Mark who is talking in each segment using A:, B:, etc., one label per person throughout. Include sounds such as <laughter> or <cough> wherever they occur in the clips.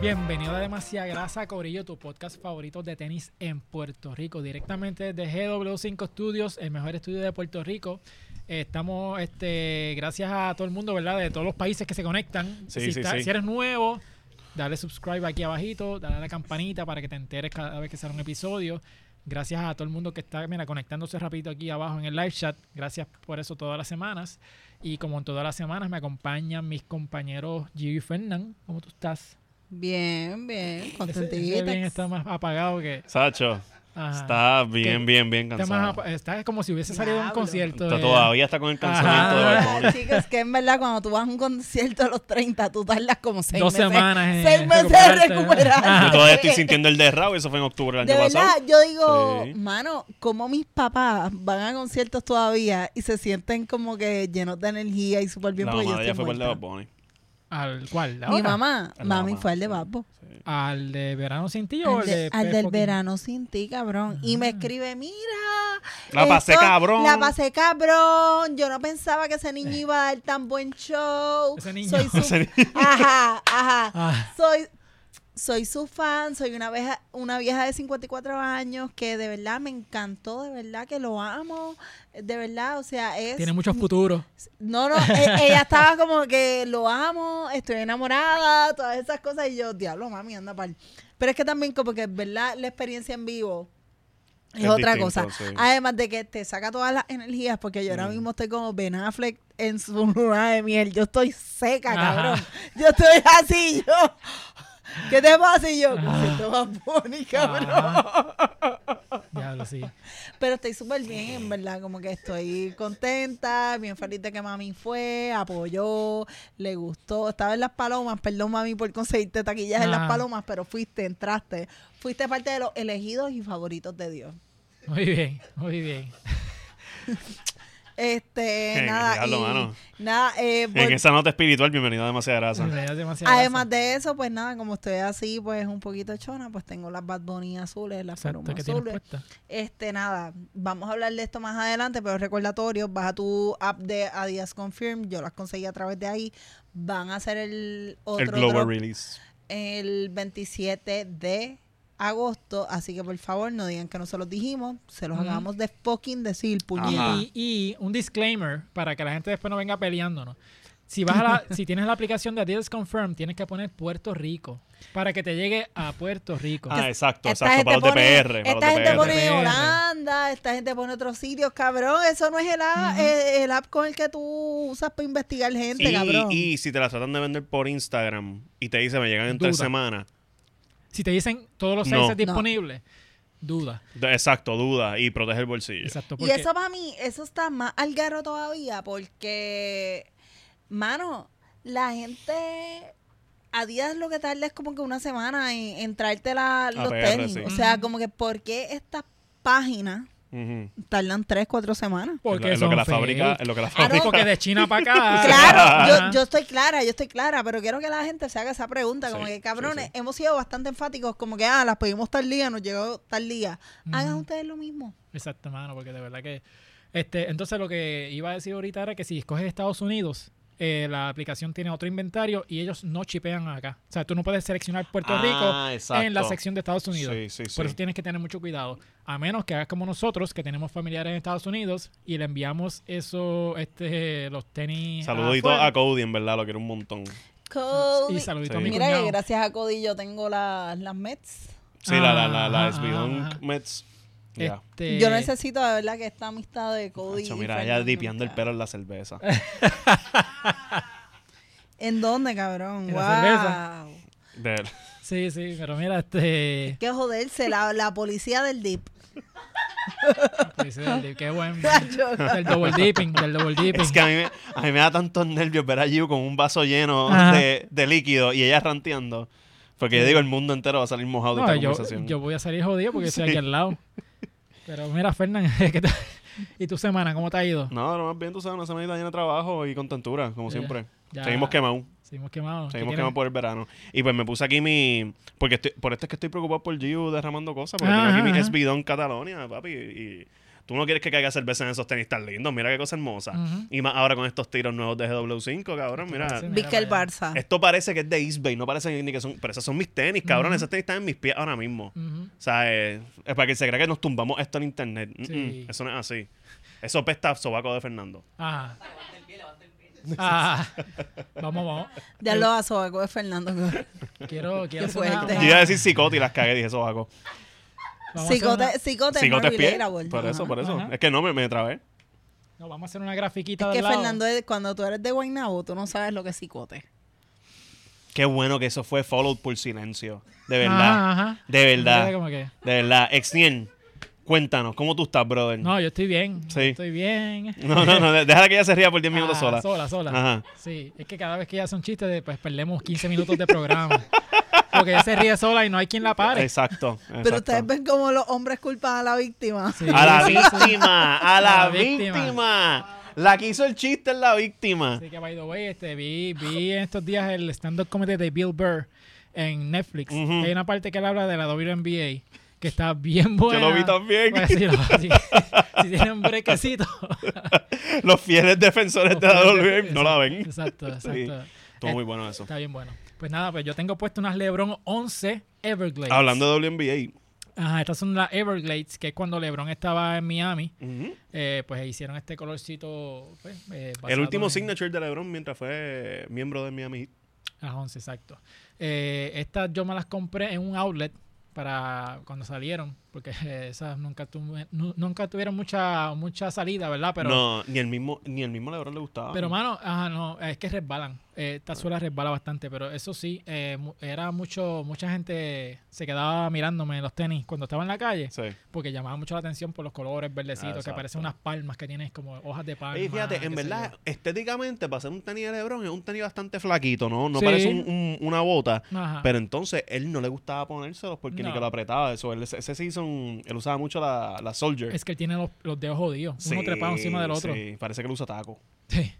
A: Bienvenido a Demasiada Grasa, Corillo, tu podcast favorito de tenis en Puerto Rico. Directamente desde GW5 Studios, el mejor estudio de Puerto Rico. Eh, Estamos, este, gracias a todo el mundo, ¿verdad? De todos los países que se conectan.
B: Sí,
A: si,
B: sí,
A: estás-
B: sí.
A: si eres nuevo, dale subscribe aquí abajito, dale a la campanita para que te enteres cada vez que sale un episodio. Gracias a todo el mundo que está mira, conectándose rapidito aquí abajo en el live chat. Gracias por eso todas las semanas. Y como en todas las semanas me acompañan mis compañeros Gio y Fernán. ¿Cómo tú estás?
C: Bien, bien,
A: Ese- ese
C: contentita.
A: bien está más apagado que.
B: Sacho,
A: ajá.
B: está bien,
A: ¿Qué?
B: bien, bien
A: Está más
B: cansado.
A: apa- está como si hubiese salido de un
C: Diablo.
A: concierto.
B: Está
A: de-
B: todavía está con el cansamiento de
A: Ajá.
B: Bad
C: <laughs>
B: Bunny.
C: Chicos, Ah, que en verdad cuando tú vas a un concierto a los 30, tú tardas como seis
A: Dos
C: meses.
A: semanas en
C: Seis meses de
A: recuperarte, ¿no?
C: recuperarte.
B: Yo todavía
C: <laughs>
B: estoy sintiendo el derrao, eso fue en octubre del
C: De
B: año
C: verdad,
B: pasado.
C: yo digo,
B: Sí.
C: mano, como mis papás van a conciertos todavía y se sienten como que llenos de energía y súper bien
B: La
C: porque yo
B: mamá de ella
C: estoy
B: fue por el de Bad
C: muerta.
B: Bunny. <laughs>
A: ¿Al cuál?
C: Mi
A: ¿Ahora?
C: mamá,
B: La
C: mami
B: mamá,
C: fue al de
B: sí.
C: Babbo.
B: Sí.
A: ¿Al de verano sin ti o
C: Al,
A: al
C: de-
A: de
C: al
A: Pep
C: del
A: Fucking-
C: verano sin ti, cabrón. Y
A: Ah.
C: me escribe, mira.
B: La pasé
C: esto-
B: cabrón.
C: La pasé cabrón. Yo no pensaba que ese
A: <laughs>
C: niño iba a dar tan buen show.
A: Ese niño.
C: Soy
B: <laughs>
C: su-
B: Ese niño.
C: Ajá, ajá.
A: Ah,
C: Soy, soy su fan, soy una vieja, una vieja de 54 años que de verdad me encantó, de verdad que lo amo, de verdad, o sea, es...
A: tiene mucho
C: <laughs>
A: futuro.
C: No, no, e- ella estaba como que lo amo, estoy enamorada, todas esas cosas, y yo, diablo, mami, anda pal. Pero es que también como que, verdad, la experiencia en vivo es,
B: Es
C: otra
B: distinto,
C: cosa.
B: sí.
C: Además de que te saca todas las energías, porque yo ahora
B: Mm.
C: mismo estoy como Ben Affleck en su <laughs> luna de miel. Yo estoy seca,
A: Ajá.
C: cabrón. Yo estoy así, yo... ¿Qué te pasa? Y yo, me siento más bonita,
A: Ajá. Diablo, sí.
C: pero estoy súper bien, en verdad, como que estoy contenta, bien feliz de que mami fue, apoyó, le gustó. Estaba en las palomas, perdón mami por conseguirte taquillas en
A: Ah.
C: las palomas, pero fuiste, entraste, fuiste parte de los elegidos y favoritos de Dios.
A: Muy bien, muy bien.
C: Este,
B: Eh,
C: nada,
B: diablo,
C: y-
B: mano.
C: nada, eh,
B: En
C: vol-
B: esa nota espiritual, bienvenido a Demasiada
A: Me
B: Grasa.
A: da demasiada
C: Además
A: grasa.
C: de eso, pues nada, como estoy así, pues un poquito chona, pues tengo las Bad Bunny azules, las
A: Exacto,
C: palomas
A: que tienes
C: azules.
A: puesta.
C: Este, nada, vamos a hablar de esto más adelante, pero recordatorio, baja tu app de Adidas Confirm, yo las conseguí a través de ahí, van a hacer el otro
B: El Global
C: drop
B: Release.
C: el 27 de agosto, así que por favor no digan que no se los dijimos, se los
A: Ujú.
C: hagamos de fucking decir,
A: Y,
C: puñeta.
B: Ajá.
A: y- y un disclaimer para que la gente después no venga peleándonos. Si, vas a la-
C: <laughs>
A: si tienes la aplicación de Adidas Confirm, tienes que poner Puerto Rico para que te llegue a Puerto Rico.
B: Ah, exacto,
C: Esta
B: exacto, para los de
C: pone-
B: PR. para los
C: Esta
B: de
C: gente
B: PR.
C: pone
A: PR.
C: Holanda, esta gente pone otros sitios, cabrón, eso no es el, a-
A: Ujú.
C: el- el app con el que tú usas para investigar gente, cabrón.
B: Y, y si te la tratan de vender por Instagram y te dicen, me llegan en tres
A: Duda.
B: semanas.
A: Si te dicen todos los
B: No.
A: sizes
B: No.
A: disponibles, duda.
B: De- Exacto, duda y protege el bolsillo.
A: Exacto.
C: Y
A: Porque
C: eso para mí, eso está más al garro todavía, porque, mano, la gente a días lo que tarda es como que una semana en, en traerte la- los
B: PR,
C: tenis.
B: sí.
C: O sea,
A: Ujú.
C: como que, ¿por qué estas páginas
B: Ujú.
C: tardan tres,
B: <laughs>
C: cuatro semanas?
A: porque
B: es lo,
A: son
B: es lo que la fábrica,
A: fake.
B: es lo que la
C: Ah, no.
B: fábrica.
A: Porque de China para acá.
C: <laughs> Claro,
A: Ajá.
C: yo, yo estoy clara, yo estoy clara, pero quiero que la gente se haga esa pregunta, como
B: Sí,
C: que cabrones,
B: sí,
C: hemos sido bastante enfáticos, como que, ah, las pedimos tal día, nos llegó tal día. Hagan
A: Ujú.
C: ustedes lo mismo.
A: Mm. Exacto, mano, porque de verdad que. Este, entonces lo que iba a decir ahorita era que si escoges Estados Unidos, eh, la aplicación tiene otro inventario y ellos no chipean acá. O sea, tú no puedes seleccionar Puerto
B: Ah,
A: Rico en la
B: exacto.
A: sección de Estados Unidos.
B: Sí, sí, sí.
A: Por eso tienes que tener mucho cuidado. A menos que hagas como nosotros, que tenemos familiares en Estados Unidos y le enviamos eso, este, los tenis.
B: Saludito
A: afuera.
B: a Cody, en verdad, lo quiero un montón.
C: Cody.
A: Y saludito a
B: Sí.
A: mi
C: Mira que
A: cuñado.
C: gracias a Cody yo tengo las las Mets.
B: Sí, la, la, la, la
A: Ah.
B: SB Mets. Ya.
A: Este,
C: Yo necesito de verdad que esta amistad de Cody.
B: Eh, Nacho,
C: y
B: mira,
C: Fernando,
B: ella dipeando el
C: o sea.
B: pelo en
A: <laughs>
B: la cerveza.
C: ¿En dónde, cabrón?
A: En
C: wow.
A: la cerveza.
B: De-
A: Sí, sí, pero mira, este.
C: Qué joderse, la, la policía del
A: <laughs>
C: DIP. <laughs>
A: este, dice el dip, Qué buen.
C: Nacho,
A: Del
B: <laughs>
A: double dipping, del double dipping.
B: es que a mí, me- a mí me da tantos nervios ver a Giu con un vaso lleno
A: Ajá.
B: de, de líquido y ella ranteando. Porque yo digo, el mundo entero va a salir mojado de
A: No,
B: esta
A: yo,
B: conversación.
A: yo voy a salir jodido porque estoy
B: Sí.
A: aquí al lado. Pero mira, Fernán, <laughs> ¿qué tal? ¿y tu semana cómo te ha ido?
B: No, lo más bien, tú sabes, una semanita llena de trabajo y contentura, como
A: Ya,
B: siempre.
A: ya.
B: Seguimos quemados.
A: Seguimos quemados. ¿Qué
B: Seguimos
A: tienes?
B: quemados por el verano. Y pues me puse aquí mi. Porque estoy, por esto es que estoy preocupado por Giu derramando cosas. Porque
A: Ah, Ajá,
B: tengo aquí mi
A: ajá.
B: SB Don Catalonia, papi. Y Tú no quieres que caiga cerveza en esos tenis tan lindos. Mira qué cosa hermosa.
A: Ujú.
B: Y más ahora con estos tiros nuevos de GW5, cabrón. Mira,
A: Parece-
C: Vi que el
A: para allá.
C: Barça.
B: esto parece que es de East Bay. No parece ni que son. Pero esos son mis tenis, cabrón.
A: Ujú.
B: Esos tenis están en mis pies ahora mismo.
A: Ujú.
B: O sea, eh, es para que se crea que nos tumbamos esto en internet. Mm, mm,
A: Sí.
B: Eso no es así. Eso pesta a sobaco de Fernando.
A: Ajá. Ah, <laughs> vamos, vamos.
C: Ya lo asobaco de Fernando.
A: Quiero, quiero
C: Qué
A: hacer una-
C: fuerte.
B: Yo
A: una-
B: iba a decir psicote y las cagué, dije sobaco.
A: vamos a hacer una-
C: Psicote, psicote,
B: Psicote
C: no
B: es pie.
C: relatable.
B: Por eso,
C: Ajá.
B: por eso.
A: Ajá.
B: Es que no me, me trabé.
A: no, vamos a hacer una grafiquita
C: Es
A: del
C: que
A: lado.
C: Fernando, es- cuando tú eres de Guaynabo, tú no sabes lo que es psicote.
B: Qué bueno que eso fue followed por silencio. De
A: Ajá,
B: verdad.
A: ajá.
B: De verdad.
A: Como que-
B: De verdad. Exnien, cuéntanos, ¿cómo tú estás, brother?
A: No, yo estoy bien.
B: Sí.
A: Estoy bien.
B: no, no, no, de- déjala que ella se ría por 10 minutos
A: Ah,
B: sola.
A: Sola, sola.
B: Ajá.
A: Sí, es que cada vez que ella hace un chiste, de- pues perdemos 15 minutos de programa. <laughs> Porque ella se ríe sola y no hay quien la pare.
B: Exacto.
C: Pero
B: exacto.
C: ustedes ven como los hombres culpan a la víctima.
A: Sí,
B: A la
A: sí, sí.
B: víctima, a la
A: A la víctima.
B: víctima. La que hizo el chiste es la víctima.
A: Así que, by the way, este, vi, vi en estos días el stand-up comedy de Bill Burr en Netflix.
B: Ujú.
A: Hay una parte que él habla de la WNBA que está bien buena.
B: vi también.
A: Pues,
B: <laughs>
A: sí, lo- sí. si tienen brequecito.
B: Los fieles defensores de Este la WWE no la ven.
A: Exacto, exacto.
B: Estuvo muy bueno eso.
A: Está bien bueno. Pues nada, pues yo tengo puesto unas LeBron 11 Everglades.
B: Hablando de WNBA.
A: Ajá, estas son las Everglades, que es cuando LeBron estaba en Miami.
B: ujú,
A: eh, pues hicieron este colorcito. pues, eh,
B: El
A: basado
B: último
A: en-
B: signature de LeBron mientras fue miembro de Miami Heat.
A: Las 11, exacto. Eh, estas yo me las compré en un outlet para cuando salieron, porque eh, esas nunca, tuve- nu- nunca tuvieron mucha mucha salida, ¿verdad? Pero,
B: no, ni el mismo, ni el mismo LeBron le gustaba.
A: pero mano, ajá, no, es que resbalan. Eh, esta suela resbala bastante, pero eso sí, eh, mu- era mucho, mucha gente se quedaba mirándome los tenis cuando estaba en la calle,
B: Sí.
A: porque llamaba mucho la atención por los colores verdecitos, que
B: Exacto.
A: parecen unas palmas que tienes como hojas de palma.
B: Y fíjate, en
A: qué sé
B: verdad,
A: yo.
B: estéticamente, para ser un tenis de LeBron es un tenis bastante flaquito, ¿no? No
A: Sí.
B: parece un- un- una bota.
A: Ajá.
B: Pero entonces él no le gustaba ponérselos porque ni
A: No.
B: que lo apretaba. Eso, él, ese season, él usaba mucho la, la Soldier.
A: Es que él tiene los, los dedos jodidos, uno
B: Sí,
A: trepado encima del otro.
B: Sí, parece que lo usa taco.
A: Sí.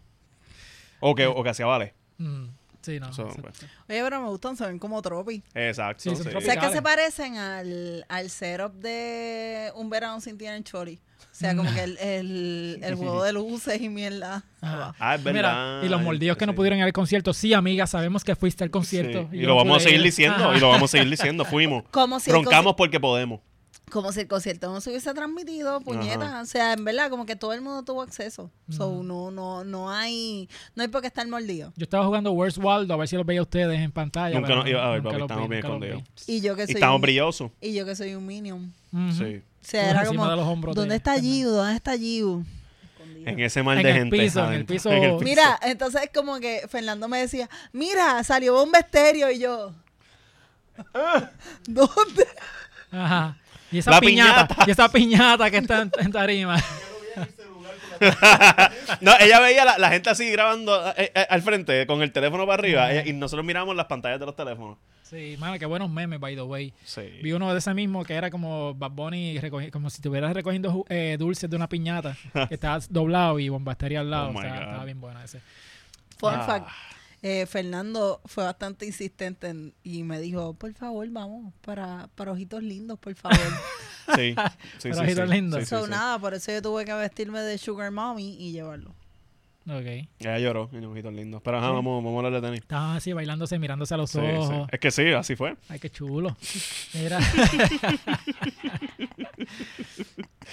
B: O que, o que hacía vale.
A: Mm, sí, no.
B: Eso,
A: exacto.
B: pues.
C: Oye, pero me gustan, se ven como tropi.
B: Exacto.
A: Sí, son
B: sí.
C: O sea, que
A: Tropicales.
C: se parecen al, al setup de Un verano sin ti en el chori. O sea, como que el, el, el juego de luces y mierda.
A: Ajá.
B: Ah, es verdad.
A: Mira, y los mordidos que no
B: Sí.
A: pudieron ir al concierto. Sí, amiga, sabemos que fuiste al
B: Sí,
A: concierto.
B: Y,
A: yo "Ah,
B: lo
A: no
B: vamos a
A: pude
B: seguir
A: ir.
B: diciendo.
A: Ajá.
B: Y lo vamos a seguir
A: <laughs>
B: diciendo. Fuimos.
C: Como si, el
B: Broncamos porque podemos.
C: conci- como si el concierto no se hubiese transmitido, puñeta.
B: Ajá.
C: O sea, en verdad, como que todo el mundo tuvo acceso. So,
A: Ujú.
C: no, no, no hay, no hay por qué estar mordido.
A: Yo estaba jugando Where's Waldo, a ver si los veía ustedes en pantalla.
B: Nunca
A: pero
B: nos iba a ver,
A: nunca
B: papi,
A: los
B: estamos
A: vi,
B: bien
A: nunca los
B: escondidos.
C: Y yo que
B: Y
C: soy
B: estamos
C: un,
B: brillosos.
C: y yo que soy un minion.
A: vi. Ujú.
B: Sí.
C: O sea, era
A: encima
C: como,
A: de los hombros de este
C: ¿dónde está
A: Fernan.
C: Giu? ¿Dónde está Giu?
B: En ese mar
A: En
B: de
A: el
B: gente.
A: piso, en el
B: adentro. <laughs>
A: piso.
C: Mira, entonces es como que Fernando me decía, mira, salió Bomba Estéreo
A: <laughs>
C: y yo. ¿Dónde?
A: Ajá. Y esa
B: La
A: piñata,
B: piñata.
A: Y esa piñata que está en, en tarima. <laughs>
B: <laughs> No, ella veía la, la gente así grabando eh, eh, al frente con el teléfono para arriba ella- y nosotros miramos las pantallas de los teléfonos.
A: Sí, mano, qué buenos memes, by the way. Vi
B: Sí.
A: uno de ese mismo que era como Bad Bunny, recogi- como si estuvieras recogiendo ju- eh, dulces de una piñata. que
B: <laughs>
A: estaba doblado y bombastería al lado.
B: Oh, my
A: estaba,
B: God.
A: estaba bien buena ese.
C: Fun
B: Ah.
C: fact, eh, Fernando fue bastante insistente en- y me dijo, por favor, vamos, para, para ojitos lindos, por
A: <laughs>
C: favor.
B: Sí. Sí, sí,
A: Pero ha sido
B: sí.
A: lindo.
B: Sí, sí,
C: so,
B: sí.
C: nada, por eso yo tuve que vestirme de Sugar Mommy y llevarlo.
A: Ok.
B: Ella lloró, y ojitos lindos. Pero ajá, vamos, vamos a hablar de tenis.
A: Estaban así bailándose, mirándose a los
B: Sí, sí.
A: ojos.
B: Es que sí, así fue.
A: Ay, qué chulo. Mira.
B: <laughs>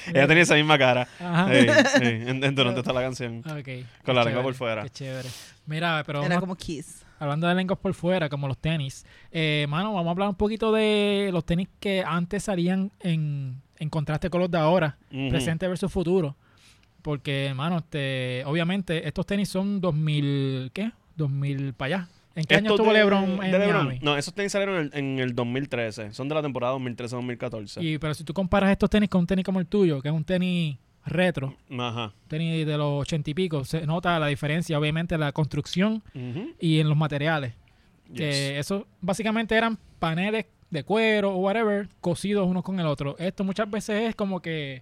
B: Ella tenía esa misma cara.
A: <laughs> Ajá.
B: Ey, ey, en,
A: <laughs>
B: en durante toda la canción.
A: Ok.
B: Con la
A: Qué
B: lengua por
A: chévere,
B: fuera.
A: Qué chévere. Mira, pero
C: Era
A: vamos-
C: como Kiss.
A: hablando de lenguas por fuera, como los tenis. Eh, mano, vamos a hablar un poquito de los tenis que antes salían en, en contraste con los de ahora.
B: Ujú.
A: Presente versus futuro. Porque, mano, este, obviamente, estos tenis son 2000, ¿qué? 2000 para allá. ¿En qué año
B: Estos
A: estuvo
B: de-
A: LeBron en
B: de LeBron.
A: Miami?
B: No, esos tenis salieron en, en el 2013. Son de la temporada 2013-2014.
A: Y, pero si tú comparas estos tenis con un tenis como el tuyo, que es un tenis retro,
B: Ajá.
A: tenis de los ochenta y pico, se nota la diferencia, obviamente, en la construcción
B: Ujú.
A: y en los materiales.
B: Yes.
A: Que eso básicamente eran paneles de cuero o whatever, cosidos unos con el otro. Esto muchas veces es como que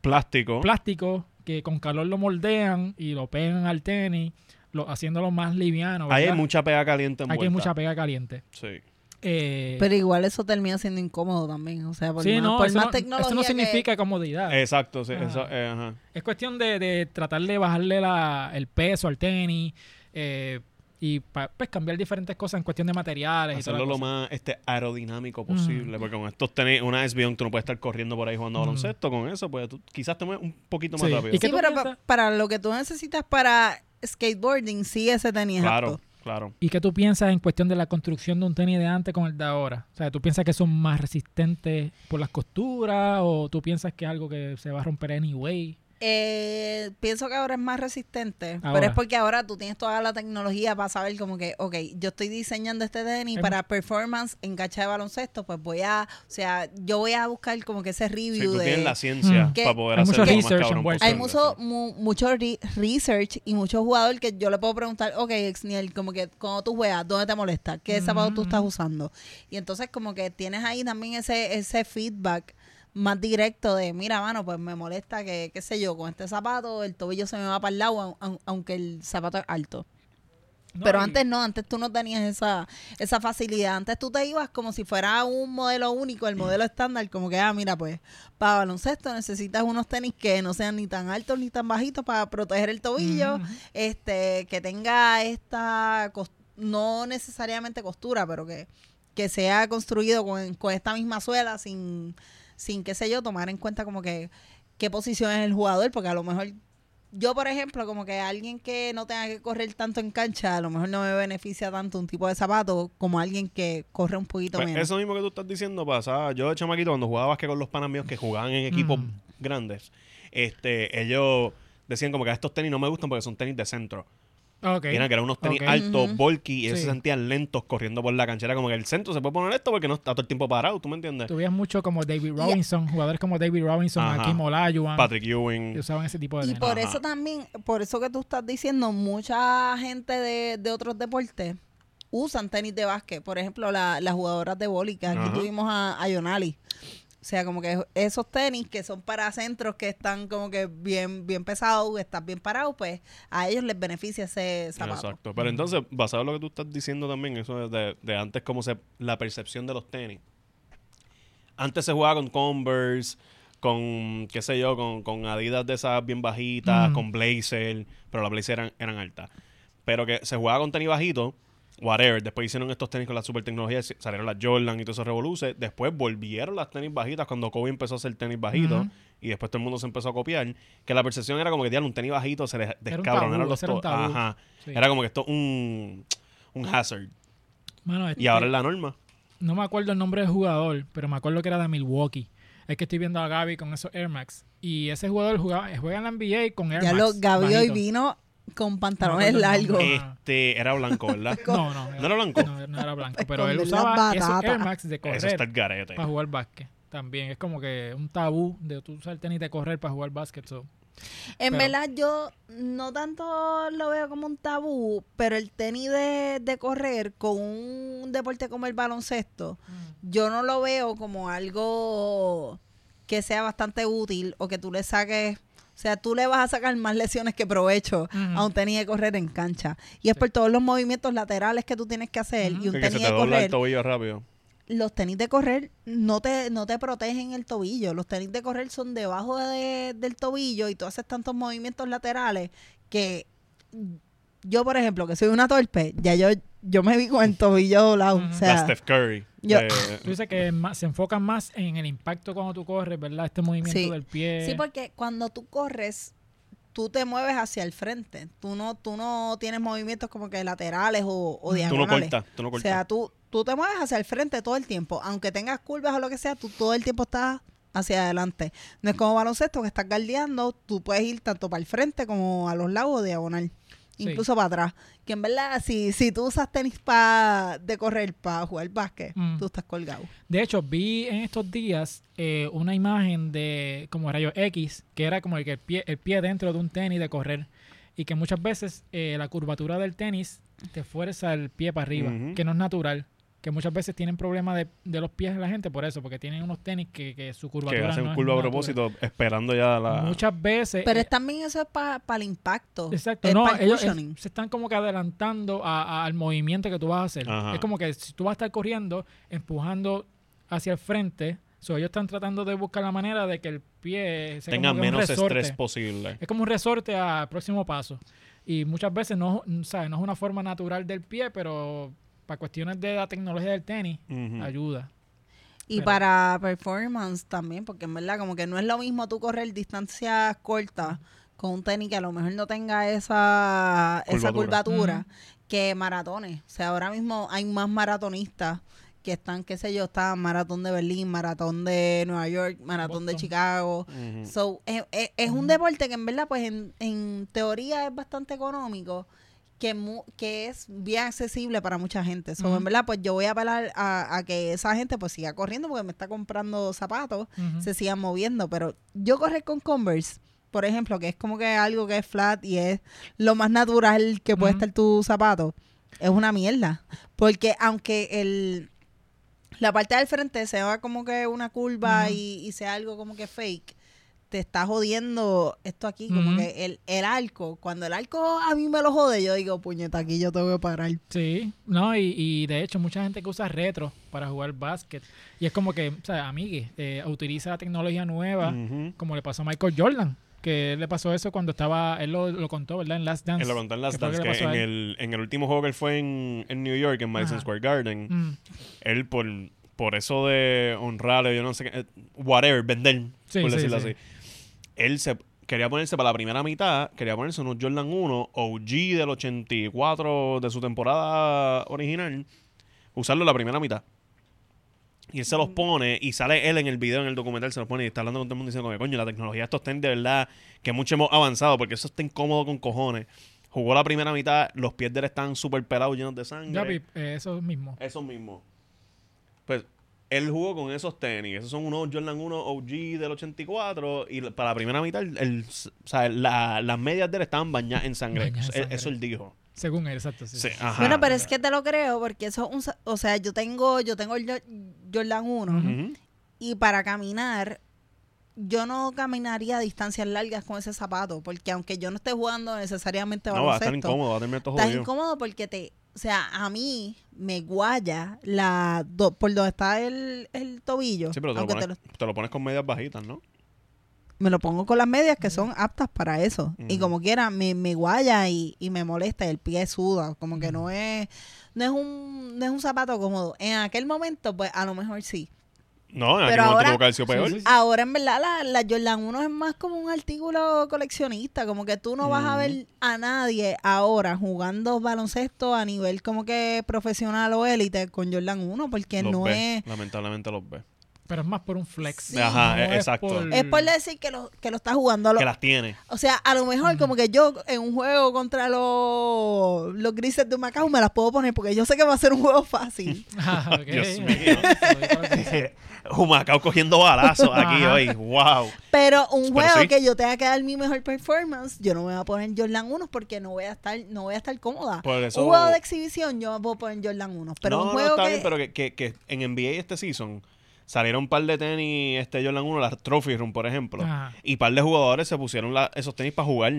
B: Plástico.
A: plástico que con calor lo moldean y lo pegan al tenis, lo, haciéndolo más liviano.
B: Ahí hay
A: ¿verdad?
B: mucha pega caliente en
A: Aquí hay mucha pega caliente.
B: Sí.
A: eh,
C: Pero igual eso termina siendo incómodo también. O sea, por
A: sí,
C: más,
A: no,
C: por
A: eso
C: más
A: no,
C: tecnología.
A: eso no
C: que-
A: significa comodidad.
B: Exacto, sí.
A: Ajá.
B: Eso, eh, ajá.
A: Es cuestión de, de tratar de bajarle la- el peso al tenis eh, y pa- pues cambiar diferentes cosas en cuestión de materiales y
B: Hacerlo
A: toda la
B: lo
A: cosa.
B: más este, aerodinámico posible. Porque con estos tenés una SBO, tú no puedes estar corriendo por ahí jugando
A: Mm.
B: baloncesto. Con eso, pues tú quizás te mueves un poquito más
A: Sí.
B: rápido.
A: ¿Y qué
C: Sí,
A: tú
C: pero
A: piensas?
C: pa- para lo que tú necesitas para skateboarding, sí, ese tenis.
B: Claro,
C: apto.
B: claro.
A: ¿Y qué tú piensas en cuestión de la construcción de un tenis de antes con el de ahora? O sea, ¿tú piensas que son más resistentes por las costuras o tú piensas que es algo que se va a romper anyway?
C: Eh, pienso que ahora es más resistente.
A: Ahora.
C: Pero es porque ahora tú tienes toda la tecnología para saber como que, ok, yo estoy diseñando este tenis
A: Es
C: para performance en cancha de baloncesto, pues voy a, o sea, yo voy a buscar como que ese
B: Sí,
C: review
B: tú
C: de...
B: tienes la ciencia
A: Mm.
C: que-
B: para poder
A: Hay mucho
B: hacerlo lo más
A: research Pues,
B: cabrón
A: envuelto.
B: posible,
C: Hay mucho,
B: sí.
C: mu- mucho re- research y muchos jugadores que yo le puedo preguntar, ok, Exniel, como que cuando tú juegas, ¿dónde te molesta? ¿Qué
A: Mm.
C: zapato tú estás usando? Y entonces como que tienes ahí también ese, ese feedback más directo de, mira, mano, pues me molesta que, qué sé yo, con este zapato el tobillo se me va para el lado, au- au- aunque el zapato es alto.
A: No,
C: Pero
A: y-
C: antes no, antes tú no tenías esa, esa facilidad. Antes tú te ibas como si fuera un modelo único, el modelo estándar, como que, ah, mira, pues, para baloncesto necesitas unos tenis que no sean ni tan altos ni tan bajitos para proteger el tobillo,
A: Ujú.
C: este, que tenga esta, cos- no necesariamente costura, pero que, que sea construido con, con esta misma suela sin, sin, qué sé yo, tomar en cuenta como que qué posición es el jugador, porque a lo mejor yo, por ejemplo, como que alguien que no tenga que correr tanto en cancha, a lo mejor no me beneficia tanto un tipo de zapato como alguien que corre un poquito
B: Pues
C: menos.
B: eso mismo que tú estás diciendo pasaba. Yo de chamaquito, cuando jugaba básquet con los panas míos que jugaban en equipos
A: Mm.
B: grandes, este, ellos decían como que estos tenis no me gustan porque son tenis de centro.
A: Ok.
B: Mira, que eran unos tenis
A: Ok.
B: altos,
C: Ujú.
B: bulky, y ellos
A: Sí.
B: se sentían lentos corriendo por la canchera. Como que el centro se puede poner esto porque no está todo el tiempo parado, ¿tú me entiendes?
A: Tú veías mucho como David Robinson, jugadores como David Robinson,
B: Ajá.
A: Akeem Olajuwon,
B: Patrick
A: que
B: Ewing.
A: usaban ese tipo de
C: Y
A: tenis.
C: por
B: Ajá.
C: eso también, por eso que tú estás diciendo, mucha gente de, de otros deportes usan tenis de básquet. Por ejemplo, la- las jugadoras de boli, que aquí
B: Ajá.
C: tuvimos a, a Yonali. O sea, como que esos tenis que son para centros que están como que bien bien pesados, que están bien parados, pues a ellos les beneficia ese zapato.
B: Exacto. Pero entonces, basado en lo que tú estás diciendo también, eso de, de antes, como se, la percepción de los tenis. Antes se jugaba con Converse, con, qué sé yo, con, con Adidas de esas bien bajitas,
A: Mm.
B: con Blazer, pero las Blazer eran, eran altas. Pero que se jugaba con tenis bajito, whatever. Después hicieron estos tenis con la super tecnología, salieron las Jordan y todos esos revoluces. Después volvieron las tenis bajitas cuando Kobe empezó a hacer tenis bajito.
A: Ujú.
B: Y después todo el mundo se empezó a copiar. Que la percepción era como que, diablo, un tenis bajito se les
A: Era un
B: descabronaron
A: tabú,
B: los
A: ese era un
B: to-
A: tabú.
B: Ajá.
A: Sí.
B: Era como que esto es un, un hazard.
A: Mano, este,
B: Y ahora es la norma.
A: No me acuerdo el nombre del jugador, pero me acuerdo que era de Milwaukee. Es que estoy viendo a Gaby con esos Air Max. Y ese jugador jugaba, juega en la NBA con Air
C: Ya
A: Max.
C: lo, Gaby hoy
A: bajito.
C: vino con pantalones
A: No me acuerdo el
C: largos.
A: nombre.
B: Este, era blanco, ¿verdad?
A: No, no.
B: ¿No era blanco?
A: No, no
C: <laughs>
A: era blanco. Pero él
C: Esconder
A: usaba
C: Pues las
A: esos
C: batatas.
A: Air Max de
B: Eso
A: correr
B: está el garete.
A: para jugar básquet. También es como que un tabú de tú usar tenis de correr para jugar básquet. so.
C: En
A: Pero-
C: verdad, yo no tanto lo veo como un tabú, pero el tenis de, de correr con un deporte como el baloncesto,
A: Mm.
C: yo no lo veo como algo que sea bastante útil o que tú le saques. O sea, tú le vas a sacar más lesiones que provecho
A: Ujú.
C: a un tenis de correr en cancha. Y es
A: Sí.
C: por todos los movimientos laterales que tú tienes que hacer.
A: Ujú.
C: Y
B: Sí,
C: un
B: que se
C: tenis
B: te
C: de
B: dobla el
C: correr
B: tobillo rápido.
C: los tenis de correr no te, no te protegen el tobillo. Los tenis de correr son debajo de- del tobillo y tú haces tantos movimientos laterales que yo, por ejemplo, que soy una torpe, ya yo, yo me vi con el tobillo doblado.
A: Ujú.
C: O
B: la
C: sea,
B: Steph Curry. eh,
C: yo-
B: de-
A: Tú dices que es más- se enfocan más en el impacto cuando tú corres, ¿verdad? Este movimiento
C: Sí.
A: del pie.
C: sí, porque cuando tú corres, tú te mueves hacia el frente. Tú no, tú no tienes movimientos como que laterales o, o
B: tú no
C: diagonales.
B: cortas, tú no
C: O
B: cortas.
C: sea, tú, tú te mueves hacia el frente todo el tiempo. Aunque tengas curvas o lo que sea, tú todo el tiempo estás hacia adelante. No es como baloncesto que estás galdeando, tú puedes ir tanto para el frente como a los lados o diagonal.
A: Sí.
C: Incluso para atrás. Que en verdad, si, si tú usas tenis pa de correr para jugar básquet,
A: Mm.
C: tú estás colgado.
A: De hecho, vi en estos días eh, una imagen de como rayos X, que era como el, que el, pie, el pie dentro de un tenis de correr. Y que muchas veces eh, la curvatura del tenis te fuerza el pie para arriba,
B: Ujú.
A: que no es natural. que muchas veces tienen problemas de, de los pies de la gente por eso, porque tienen unos tenis que, que su curvatura
B: que hacen
A: no es
B: curva a
A: natural.
B: propósito esperando ya la...
A: Muchas veces...
C: Pero
A: eh,
C: es también eso es para el impacto.
A: Exacto,
C: es
A: no,
C: pa'l
A: ellos es-
C: cushioning.
A: se están como que adelantando a- a- al movimiento que tú vas a hacer.
B: Ajá.
A: Es como que si tú vas a estar corriendo, empujando hacia el frente, so, ellos están tratando de buscar la manera de que el pie sea
B: tenga
A: como que un
B: menos
A: resorte.
B: estrés posible.
A: Es como un resorte al próximo paso. Y muchas veces no, ¿sabes? no es una forma natural del pie, pero para cuestiones de la tecnología del tenis,
B: Ujú.
A: ayuda.
C: Y
A: Pero-
C: para performance también, porque en verdad como que no es lo mismo tú correr distancias cortas con un tenis que a lo mejor no tenga esa curvatura, esa
B: Curvatura.
C: curvatura
A: Ujú.
C: que maratones. O sea, ahora mismo hay más maratonistas que están, qué sé yo, está maratón de Berlín, maratón de Nueva York, maratón de
A: Boston.
C: Chicago.
B: Ujú.
C: So, es, es- es un
A: Ujú.
C: deporte que en verdad, pues en, en teoría es bastante económico, que, mu- que es bien accesible para mucha gente. So,
A: Ujú.
C: en verdad, pues yo voy a apelar a, a que esa gente pues siga corriendo porque me está comprando zapatos,
A: Ujú.
C: se sigan moviendo. Pero yo correr con Converse, por ejemplo, que es como que algo que es flat y es lo más natural que puede
A: Ujú.
C: estar tu zapato, es una mierda. Porque aunque el... La parte del frente sea como que una curva
A: Ujú.
C: y, y sea algo como que fake te está jodiendo esto aquí, como
A: Ujú.
C: que el, el arco. Cuando el arco a mí me lo jode, yo digo, puñeta, aquí yo te voy a parar.
A: Sí, no, y, y de hecho mucha gente que usa retro para jugar básquet. Y es como que, o sea, amigue, eh, utiliza la tecnología nueva,
B: Ujú.
A: como le pasó a Michael Jordan, que él le pasó eso cuando estaba, él lo, lo contó, ¿verdad? En Last Dance.
B: Él lo contó en
A: ¿Qué
B: Last
A: fue lo
B: Dance,
A: que
B: que
A: le pasó
B: en
A: a él?
B: el, en el último juego que él fue en, en New York, en Madison
A: Ajá.
B: Square Garden,
A: Mm,
B: él por, por eso de honrarle, yo no sé qué, eh, whatever, vender,
A: Sí,
B: por
A: sí,
B: decirlo
A: sí.
B: así. Él se quería ponerse para la primera mitad, quería ponerse unos Jordan 1 OG del 84 de su temporada original, usarlo la primera mitad. Y él se los pone y sale él en el video, en el documental, se los pone y está hablando con todo el mundo diciendo, como que, coño, la tecnología de estos tenis de verdad, que mucho hemos avanzado, porque eso está incómodo con cojones. Jugó la primera mitad, los pies de él están súper pelados, llenos de sangre.
A: Gaby, eh, eso mismo.
B: Eso mismo. Pues él jugó con esos tenis. Esos son unos Jordan 1 OG del 84. Y la- para la primera mitad, el- el- o sea, la- las medias de él estaban bañadas en sangre.
A: Bañadas en
B: E-
A: sangre.
B: Eso él dijo.
A: Según él, exacto. Sí.
B: Sí, ah. ajá.
C: bueno, pero es que te lo creo, porque eso es un... sa- O sea, yo tengo, yo tengo el Jo- Jordan 1
B: Ujú.
C: y para caminar, yo no caminaría a distancias largas con ese zapato, porque aunque yo no esté jugando necesariamente
B: No, va a estar
C: baloncesto,
B: incómodo, va a terminar todo
C: Estás
B: jodido.
C: incómodo porque te, o sea, a mí me guaya la do- por donde está el, el tobillo.
B: Sí, pero te lo,
C: aunque te
B: pones, te lo pones con medias bajitas, ¿no?
C: me lo pongo con las medias que son aptas para eso. Y
B: Ujú.
C: como quiera, me, me guaya y, y me molesta, el pie suda, como que
A: Ujú.
C: no es, no es un, no es un zapato cómodo. En aquel momento, pues a lo mejor sí.
B: No, en aquel
C: Pero
B: momento
C: ahora-
B: tuvo calcio
A: Sí,
B: peor.
A: sí, sí.
C: Ahora en verdad la, la Jordan 1 es más como un artículo coleccionista, como que tú no vas a ver a nadie ahora jugando baloncesto a nivel como que profesional o élite con Jordan 1 porque
B: Los
C: no
B: ve,
C: es...
B: Lamentablemente los ve.
A: Pero es más por un flex.
C: Sí.
B: Ajá,
A: No
B: eh,
A: es
B: exacto.
A: por-
C: Es por decir que lo, que lo estás jugando a lo-
B: Que las tiene. <laughs>
C: O sea, a lo mejor
A: Mm.
C: como que yo en un juego contra los, los grises de Macao me las puedo poner porque yo sé que va a ser un juego fácil.
B: <laughs>
A: Ah, ok. <laughs>
B: Dios mío.
A: mío.
B: Humacao cogiendo balazos aquí
A: Ajá.
B: hoy. ¡Wow!
C: Pero un
B: Pero
C: juego
B: sí.
C: que yo tenga que dar mi mejor performance, yo no me voy a poner Jordan 1 porque no voy a estar, no voy a estar cómoda.
B: Por eso-
C: Un juego de exhibición, yo me puedo poner Jordan 1. Pero
B: no,
C: un
B: no,
C: juego
B: está
C: que,
B: bien, pero que, que- que en NBA este season salieron un par de tenis, este Jordan 1, las Trophy Room, por ejemplo.
A: Ajá.
B: Y un par de jugadores se pusieron la- esos tenis para jugar.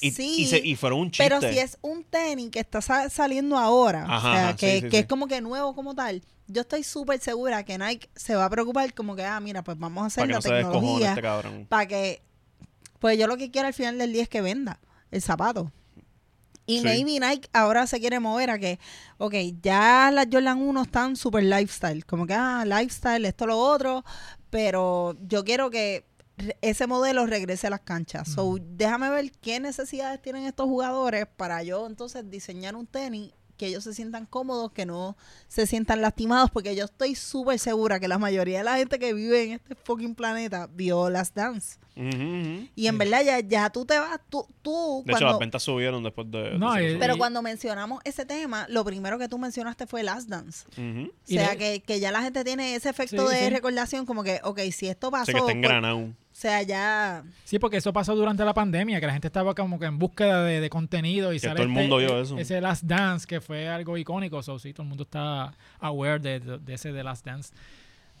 B: Y,
C: Sí,
B: y, se- y fueron un chiste.
C: pero si es un tenis que está sa- saliendo ahora,
B: Ajá,
C: o sea,
B: ajá,
C: que,
B: sí, sí,
C: que
B: sí.
C: es como que nuevo como tal, yo estoy súper segura que Nike se va a preocupar como que, ah, mira, pues vamos a hacer
B: para que
C: la
B: no se descojone
C: tecnología
B: este cabrón.
C: para que pues yo lo que quiero al final del día es que venda el zapato y
B: Sí.
C: maybe Nike ahora se quiere mover a que ok ya las Jordan 1 están super lifestyle como que ah lifestyle esto lo otro pero yo quiero que re- ese modelo regrese a las canchas so
A: Ujú.
C: déjame ver qué necesidades tienen estos jugadores para yo entonces diseñar un tenis que ellos se sientan cómodos, que no se sientan lastimados, porque yo estoy súper segura que la mayoría de la gente que vive en este fucking planeta vio las dance.
B: Ujú, ujú.
C: Y en
A: Sí.
C: verdad ya, ya tú te vas, tú, tú
B: De hecho, las
C: cuando...
B: ventas subieron después de.
A: No,
B: de
A: eh,
B: ese
C: pero
A: y-
C: cuando mencionamos ese tema, lo primero que tú mencionaste fue Last Dance.
B: season. Ujú.
C: O
A: Y
C: sea,
A: de-
C: que, que ya la gente tiene ese efecto
A: Sí,
C: de
A: sí.
C: recordación como que, ok, si esto pasó...
B: O sea, que está
C: pues-
B: engranado.
C: sea, ya.
A: Sí, porque eso pasó durante la pandemia, que la gente estaba como que en búsqueda de, de contenido y
B: Que
A: sale
B: todo el
A: este-
B: mundo vio
A: e-
B: eso.
A: Ese Last Dance, que fue algo icónico, so, sí, todo el mundo está aware de, de- de ese de Last Dance.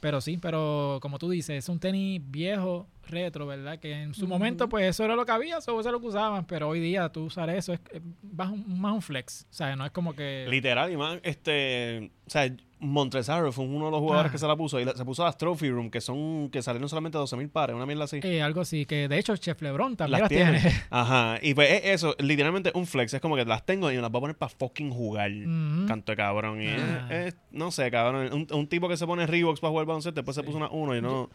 A: Pero sí, pero como tú dices, es un tenis viejo, retro, ¿verdad? Que en su
C: Ujú.
A: momento, pues eso era lo que había, eso, eso era lo que usaban, pero hoy día tú usar eso es es más un, más un flex, o sea, no es como que...
B: Literal, y más, este, o sea, Montresaro fue uno de los jugadores
A: Ah.
B: que se la puso. Y la- se puso las Trophy Room, que son, que salieron solamente 12 mil pares, una mierda así.
A: eh, algo así, que de hecho Chef Lebron también
B: las
A: las,
B: tiene.
A: tiene.
B: <laughs> Ajá. Y pues es eso, literalmente un flex. Es como que las tengo y me las voy a poner para fucking
A: <laughs>
B: jugar.
A: Ujú.
B: Canto de cabrón. Y es-
A: Mm. Ah.
B: es- no sé, cabrón. Un, un tipo que se pone Reeboks para jugar baloncesto, después se
A: Sí.
B: puso una uno y no.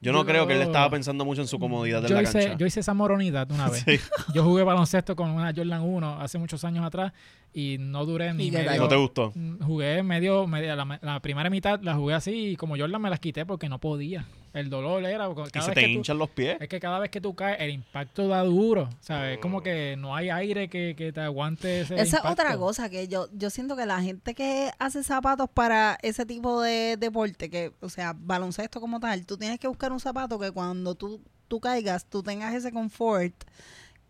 B: Yo no
A: yo-
B: creo que
A: <laughs>
B: él estaba pensando mucho en su comodidad de
A: yo
B: la
A: hice,
B: cancha.
A: Yo hice esa moronidad una
B: <laughs>
A: vez.
B: Sí.
A: Yo jugué baloncesto con una Jordan 1 hace muchos años atrás y no duré ni
C: ¿Y qué tal?
A: medio-
B: No te gustó.
A: Mm, Jugué medio, media, la, la primera mitad la jugué así y como Jordan me las quité porque no podía. El dolor era... porque
B: Y
A: cada
B: se
A: vez
B: te
A: que tú-
B: hinchan los pies.
A: es que cada vez que tú caes, el impacto da duro, ¿sabes? Es Como
B: Oh.
A: que no hay aire que, que te aguante ese
C: Esa es
A: impacto.
C: otra cosa que yo, yo siento que la gente que hace zapatos para ese tipo de deporte, que, o sea, baloncesto como tal, tú tienes que buscar un zapato que cuando tú, tú caigas, tú tengas ese confort,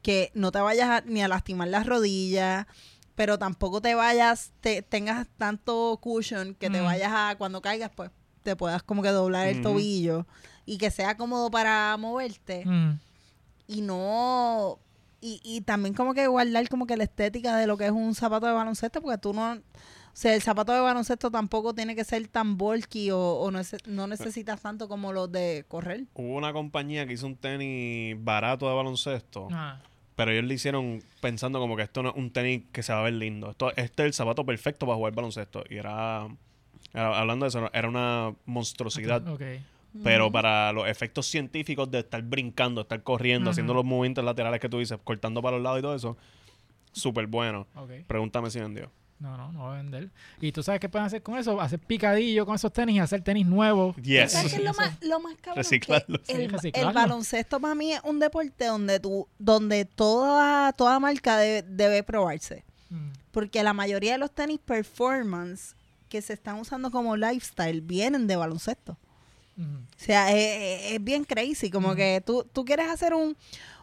C: que no te vayas a- ni a lastimar las rodillas, pero tampoco te vayas, te, tengas tanto cushion que te
A: Mm.
C: vayas a, cuando caigas, pues te puedas como que doblar el
B: Ujú.
C: tobillo y que sea cómodo para moverte
A: Mm.
C: y no y, y también como que guardar como que la estética de lo que es un zapato de baloncesto porque tú no o sea, el zapato de baloncesto tampoco tiene que ser tan bulky o, o no, es- no necesitas tanto como los de correr.
B: Hubo una compañía que hizo un tenis barato de baloncesto,
A: Ah,
B: pero ellos le hicieron pensando como que esto no es un tenis que se va a ver lindo. Esto, este es el zapato perfecto para jugar baloncesto. Y era, era- hablando de eso, era una monstruosidad.
A: ok.
B: Pero
C: Ujú.
B: para los efectos científicos de estar brincando, estar corriendo,
A: Ujú.
B: haciendo los movimientos laterales que tú dices, cortando para los lados y todo eso, súper bueno.
A: ok.
B: Pregúntame si vendió.
A: No, no, no va a vender. ¿Y tú sabes qué pueden hacer con eso? Hacer picadillo con esos tenis y hacer tenis nuevos.
B: Yes.
C: ¿Sabes qué es lo
A: Eso-
C: más, lo más cabrón?
B: Reciclarlo.
C: Que el,
A: Sí,
C: el
A: reciclarlo.
C: baloncesto para mí es un deporte donde tú, donde toda, toda marca debe, debe probarse.
A: Mm.
C: Porque la mayoría de los tenis performance que se están usando como lifestyle vienen de baloncesto.
A: Ujú.
C: O sea, eh, es, es- es bien crazy. Como
A: Ujú.
C: que tú, tú quieres hacer un,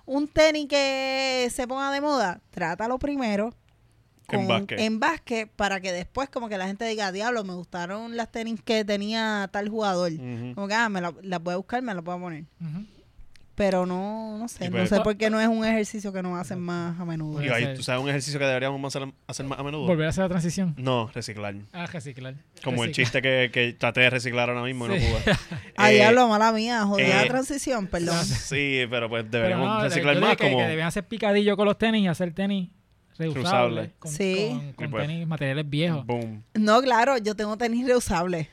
C: un tenis que se ponga de moda, trátalo primero.
B: En básquet.
C: en básquet, para que después como que la gente diga, diablo, me gustaron las tenis que tenía tal jugador.
B: Ujú.
C: Como que, ah, me la- las voy a buscar, me las voy a poner.
A: Ujú.
C: Pero no, no
B: Y
C: sé,
B: pues-
C: no sé por qué no es un ejercicio que no hacen más a menudo.
B: Y
A: Puede
B: ahí,
A: ser.
B: ¿tú sabes un ejercicio que deberíamos hacer, hacer más a menudo?
A: Volver a hacer la transición.
B: No, reciclar.
A: Ah, reciclar.
B: Como el
A: Reciclar.
B: chiste que, que traté de reciclar ahora mismo y
A: Sí.
B: no
A: <laughs>
B: pude.
C: Ah,
B: Eh,
C: diablo, mala mía, jodí
B: eh,
C: la transición, perdón.
B: Sí, pero pues
A: Pero
B: deberíamos
A: no,
B: reciclar
A: yo dije
B: más
A: que,
B: como...
A: que debían hacer picadillo con los tenis y hacer tenis reusables.
B: Reusable.
A: Con,
C: Sí.
A: con- con
B: Y pues-
A: tenis, materiales viejos.
B: Boom.
C: No, claro, yo tengo tenis reusables.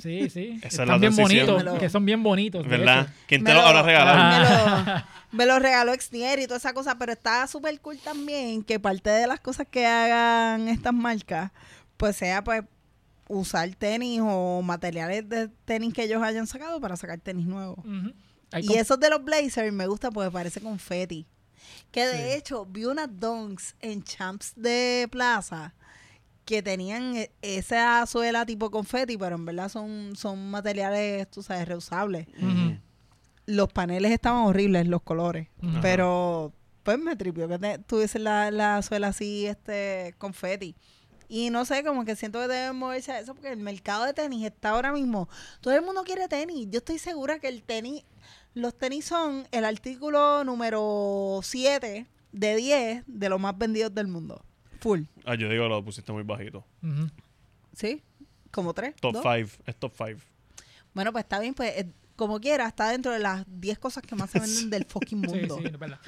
A: Sí, sí.
B: <laughs> Esa es la
A: Están bien
B: transición.
A: bonitos, que son bien bonitos. de
B: ¿Verdad?
A: hecho.
B: ¿Quién
C: Me
B: te lo
C: lo-
B: habrá regalado?
A: Ajá. <laughs>
C: Me lo, me lo regaló Exnier y toda esa cosa, pero está súper cool también que parte de las cosas que hagan estas marcas, pues sea pues usar tenis o materiales de tenis que ellos hayan sacado para sacar tenis nuevo.
A: Ujú. Hay
C: Y
A: com-
C: esos de los Blazers me gusta porque parece confeti. Que de
A: Sí.
C: hecho vi unas donks en Champs de Plaza que tenían e- esa suela tipo confeti, pero en verdad son, son materiales, tú sabes, reusables
B: Mm.
A: Ujú.
C: los paneles estaban horribles, los colores.
A: Ajá.
C: Pero pues me tripió que te- tuviese la, la suela así, este, confeti. Y no sé, como que siento que deben moverse a eso porque el mercado de tenis está ahora mismo. Todo el mundo quiere tenis. Yo estoy segura que el tenis, los tenis son el artículo número 7 de 10 de los más vendidos del mundo. Full.
B: Ah, yo digo, lo pusiste muy bajito.
A: Ujú.
C: ¿Sí? Como 3.
B: Top 5. Es top 5.
C: Bueno, pues está bien, pues eh, como quiera, está dentro de las 10 cosas que más se venden del fucking
A: <laughs> Sí,
C: mundo.
A: sí, es verdad.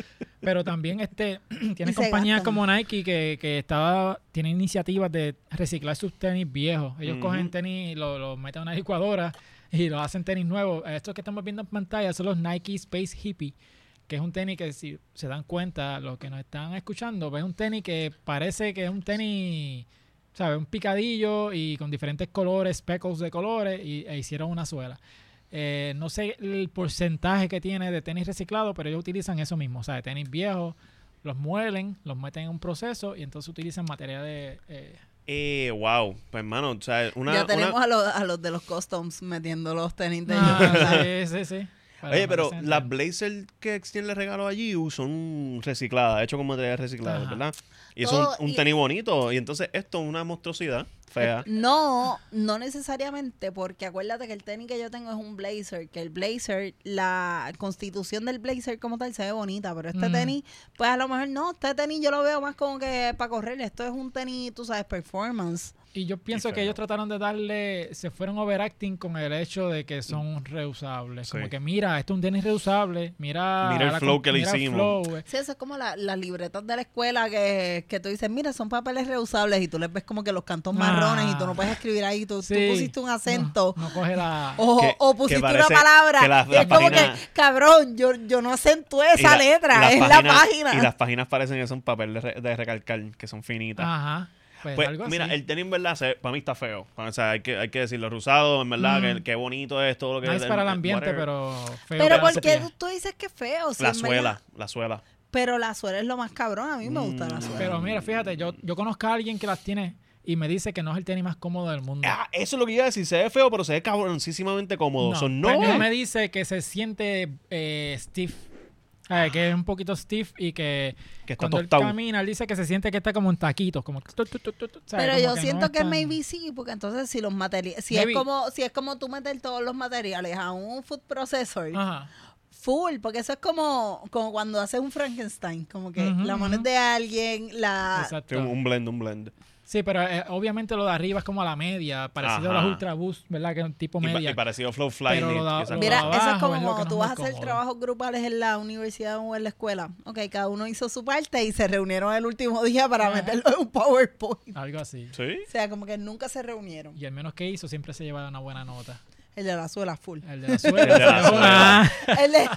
A: Pero también este <clears throat>
C: Y
A: tienen
C: se
A: compañías
C: gastan.
A: como Nike que, que está, tienen iniciativas de reciclar sus tenis viejos. Ellos
B: Ujú.
A: cogen tenis, los lo meten a una licuadora y los hacen tenis nuevos. Estos que estamos viendo en pantalla son los Nike Space Hippie, que es un tenis que si se dan cuenta, los que nos están escuchando, pues es un tenis que parece que es un tenis, ¿sabes? Un picadillo y con diferentes colores, speckles de colores y, e hicieron una suela. Eh, no sé el porcentaje que tiene de tenis reciclado, pero ellos utilizan eso mismo, o sea, de tenis viejos, los muelen, los meten en un proceso y entonces utilizan materiales eh,
B: Eh, wow. Pues, hermano, o sea, una...
C: ya
B: una-
C: tenemos a, los, a los de los customs metiendo los tenis de ellos. <laughs>
A: ah, sí, sí, sí. para
B: Oye, pero
A: mandarse en
B: las
A: el-
B: blazers que Xtien le regaló allí son recicladas, hechas con materiales reciclados,
A: Ajá.
B: ¿verdad? Y
C: Todo-
B: son un
C: y-
B: tenis bonito. Y entonces esto es una monstruosidad fea.
C: No, no necesariamente, porque acuérdate que el tenis que yo tengo es un blazer, que el blazer, la constitución del blazer como tal se ve bonita, pero este
A: Mm.
C: tenis, pues a lo mejor no, este tenis yo lo veo más como que para correr, esto es un tenis, tú sabes, performance.
A: Y yo pienso que
B: feo.
A: ellos trataron de darle, se fueron overacting con el hecho de que son reusables. Como
B: Sí.
A: que mira, esto es un tenis reusable, mira...
B: Mira el
A: la
B: flow
A: co-
B: que le
A: mira el
B: hicimos.
A: flow, eh.
C: Sí, eso es como la- las libretas de la escuela que, que tú dices, mira, son papeles reusables y tú les ves como que los cantos
A: Ah.
C: marrones y tú no puedes escribir ahí, tú, tú
A: Sí.
C: pusiste un acento. Oh.
A: No, no coge la...
C: O,
B: Que-
C: o
B: que
C: pusiste
B: parece
C: una palabra
B: que la-
C: y
B: la
C: es como
B: página-
C: que, cabrón, yo, yo no acentué
B: Y
C: esa
B: la-
C: letra,
B: las
C: es la
B: páginas-
C: página.
B: Y las páginas parecen que son papel de, re- de recalcar, que son finitas.
A: Ajá. Pues,
B: Pues,
A: algo
B: mira,
A: así.
B: el tenis, en verdad, se- para mí está feo. O sea, hay que, hay que decirlo, rusado, en verdad, que, que bonito es todo lo que
A: Nice
B: es.
A: Mm. para el ambiente,
B: whatever.
A: pero feo
C: Pero
A: para la
C: ¿por qué
A: sociedad.
C: tú, tú dices que es feo? Si
B: La
C: en verdad-
B: suela, la suela.
A: Mm.
C: Pero la suela es lo más cabrón. A mí me gusta la
B: Mm.
C: suela.
A: Pero mira, fíjate, yo, yo conozco a alguien que las tiene y me dice que no es el tenis más cómodo del mundo.
B: Ah, eso es lo que iba a decir. Se ve feo, pero se ve cabroncísimamente cómodo.
A: No,
B: So, no
A: pero
B: es.
A: me dice que se siente eh, stiff. Ah, que es un poquito stiff y que,
B: Que está
A: cuando él
B: tostado.
A: camina, él dice que se siente que está como en taquitos. Como, tu, tu, tu, tu, tu, ¿sabes?
C: Pero
A: Como
C: yo
A: no
C: siento
A: es
C: que
A: tan-
C: maybe sí, porque entonces si los materiales, si
A: Maybe.
C: es como, si es como tú meter todos los materiales a un food processor,
A: Ajá.
C: full, porque eso es como, como cuando haces un Frankenstein, como que
A: Ujú,
C: la mano es
A: ujú.
C: de alguien, la
B: Sí,
A: Exacto.
B: un, un blend, un blend.
A: Sí, pero eh, obviamente lo de arriba es como a la media, parecido a
B: Ajá.
A: los Ultra Boost, ¿verdad? Que es un tipo
B: Y, pa-
A: media.
B: y parecido a Flow Fly.
A: Pero lo da- lo
C: Mira,
A: de
C: eso es
A: abajo
C: como
A: es lo que
C: cuando
A: no
C: tú
A: es
C: vas a
A: muy
C: hacer
A: cómodo.
C: trabajos grupales en la universidad o en la escuela. Ok, cada uno hizo su parte y se reunieron el último día para
A: Ajá.
C: meterlo en un PowerPoint.
A: Algo así.
B: Sí.
C: O sea, como que nunca se reunieron.
A: Y el menos que hizo siempre se lleva una buena nota.
C: El de la suela full.
A: El
B: <laughs>
A: de la suela.
B: El de la
A: se llevó-
B: suela.
A: Ah.
C: El de,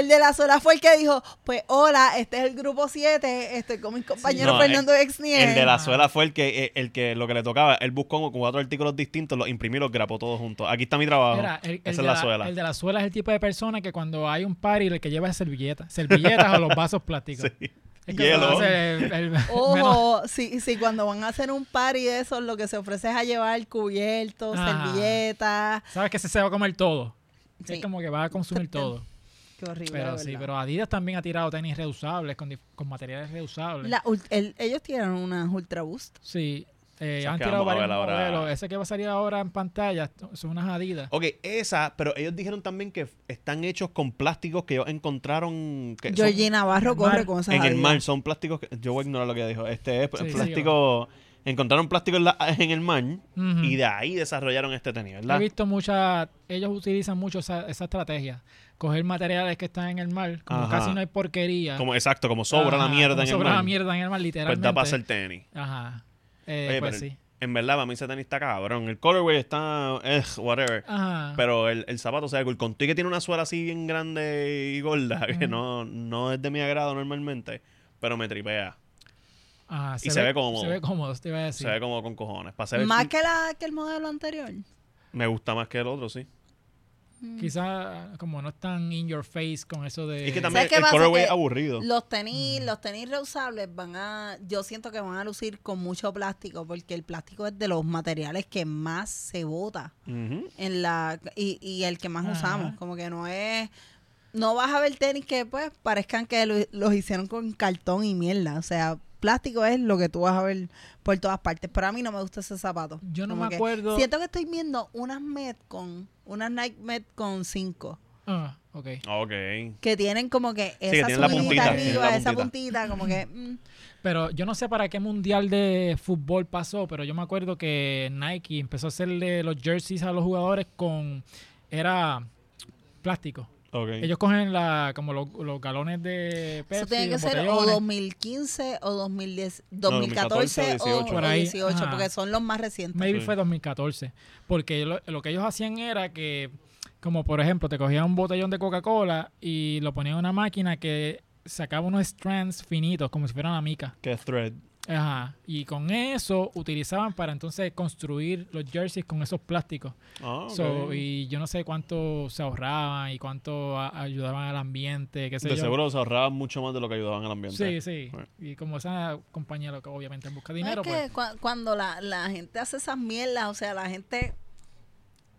C: el de la sola fue el que dijo, pues hola, este es el grupo 7, estoy con mi compañero
B: No,
C: Fernando
B: El de
C: Exnier.
A: Ah.
B: la suela fue el que, eh, el que lo que le tocaba. Él buscó como cuatro artículos distintos, los imprimí y los grapó todos juntos. Aquí está mi trabajo.
A: Mira, el, el
B: Esa
A: de
B: es la, suela.
A: El de la suela es el tipo de persona que cuando hay un party el que lleva es servilletas. Servilletas o los vasos plásticos.
B: <laughs> Sí.
A: Es que
B: Hielo.
A: eso va a ser el- <laughs> el- menos-
C: Ojo, si, si cuando van a hacer un party de esos, lo que se ofrece es a llevar cubiertos,
A: Ah.
C: servilletas.
A: Sabes que ese se va a comer todo. Es
C: <laughs> Sí.
A: como que va a consumir todo.
C: Qué horrible.
A: Pero
C: de
A: sí,
C: verdad.
A: pero Adidas también ha tirado tenis reusables con, dif- con materiales reusables.
C: La ult- el- ellos tienen unas Ultra Boost.
A: Sí, eh,
B: O sea,
A: han
B: que
A: tirado
B: vamos a
A: varios
B: ver ahora. Oh,
A: modelos. Ese que va a salir ahora en pantalla son unas Adidas.
B: Ok, esa, pero ellos dijeron también que están hechos con plásticos que ellos encontraron que son-
C: Georgina Navarro
A: en el mar.
C: corre con esas
B: en el
C: Adidas.
B: mar. Son plásticos que, yo voy a ignorar lo que dijo. Este es
A: Sí, sí,
B: plástico. encontraron plástico en, la- en el mar
A: Ujú.
B: y de ahí desarrollaron este tenis,
A: He
B: ¿verdad?
A: visto muchas, ellos utilizan mucho esa, esa estrategia, coger materiales que están en el mar, como
B: Ajá.
A: casi no hay porquería.
B: Como, exacto, como sobra la
A: Ajá,
B: mierda
A: como
B: en el
A: sobra
B: mar.
A: la mierda en el mar,
B: Pues
A: literalmente.
B: da para hacer tenis.
A: Ajá. Eh,
B: Oye,
A: pues
B: pero
A: sí.
B: En verdad, para mí ese tenis está cabrón. El colorway está. eh, whatever.
A: Ajá.
B: Pero el, el zapato, o sea, el contigo que tiene una suela así bien grande y gorda, que
A: Ujú.
B: no, no es de mi agrado normalmente, pero me tripea.
A: Ajá,
B: y se ve cómodo.
A: Ah, Se ve cómodo, te iba a decir.
B: Se ve como con cojones. Para ser-
C: Más que, la, que el modelo anterior.
B: Me gusta más que el otro, sí.
C: Mm.
A: Quizá como no es tan in your face con eso de...
B: es que también
C: ¿Sabes qué
B: el
C: pasa?
B: colorway
C: Que
B: es aburrido.
C: Los
B: Mm.
C: tenis, los tenis reusables van a, yo siento que van a lucir con mucho plástico, porque el plástico es de los materiales que más se bota
B: Ujú.
C: en la y, y el que más
A: Ajá.
C: usamos. Como que no es, no vas a ver tenis que pues parezcan que lo- los hicieron con cartón y mierda. O sea, plástico es lo que tú vas a ver por todas partes. Pero a mí no me gusta ese zapato.
A: Yo no
C: Como
A: me
C: que
A: acuerdo...
C: Siento que estoy viendo unas Metcon, unas Nike Metcon 5
A: Ah, ok.
B: Ok.
C: que tienen como que esa
B: que tienen la
C: subidita
A: puntita,
C: arriba,
B: tienen la
C: esa
B: puntita.
C: puntita, como que mm,
A: Pero yo no sé para qué mundial de fútbol pasó, pero yo me acuerdo que Nike empezó a hacerle los jerseys a los jugadores con... Era plástico.
B: Ok.
A: Ellos cogen la, como los, los galones de Pepsi,
C: eso tiene que
A: los
C: ser o
A: botellones.
C: 2015 o 2010,
B: 2014 o
C: 2014 o
B: 18.
A: Por ahí,
C: 18,
A: ajá.
C: porque son los más recientes.
A: Maybe
B: Sí.
A: fue 2014. Porque lo, lo que ellos hacían era que, como por ejemplo, te cogían un botellón de Coca-Cola y lo ponían en una máquina que sacaba unos strands finitos, como si fuera una mica.
B: Que es thread.
A: Ajá. Y con eso utilizaban para entonces construir los jerseys con esos plásticos.
B: Ah, ok.
A: So, y yo no sé cuánto se ahorraban y cuánto a- ayudaban al ambiente, qué sé
B: de
A: yo.
B: seguro se ahorraban mucho más de lo que ayudaban al ambiente.
A: Sí, sí.
B: Right.
A: Y como esa compañía lo que obviamente busca
C: No,
A: dinero,
C: es que
A: pues.
C: cua- cuando la, la gente hace esas mierdas, o sea, la gente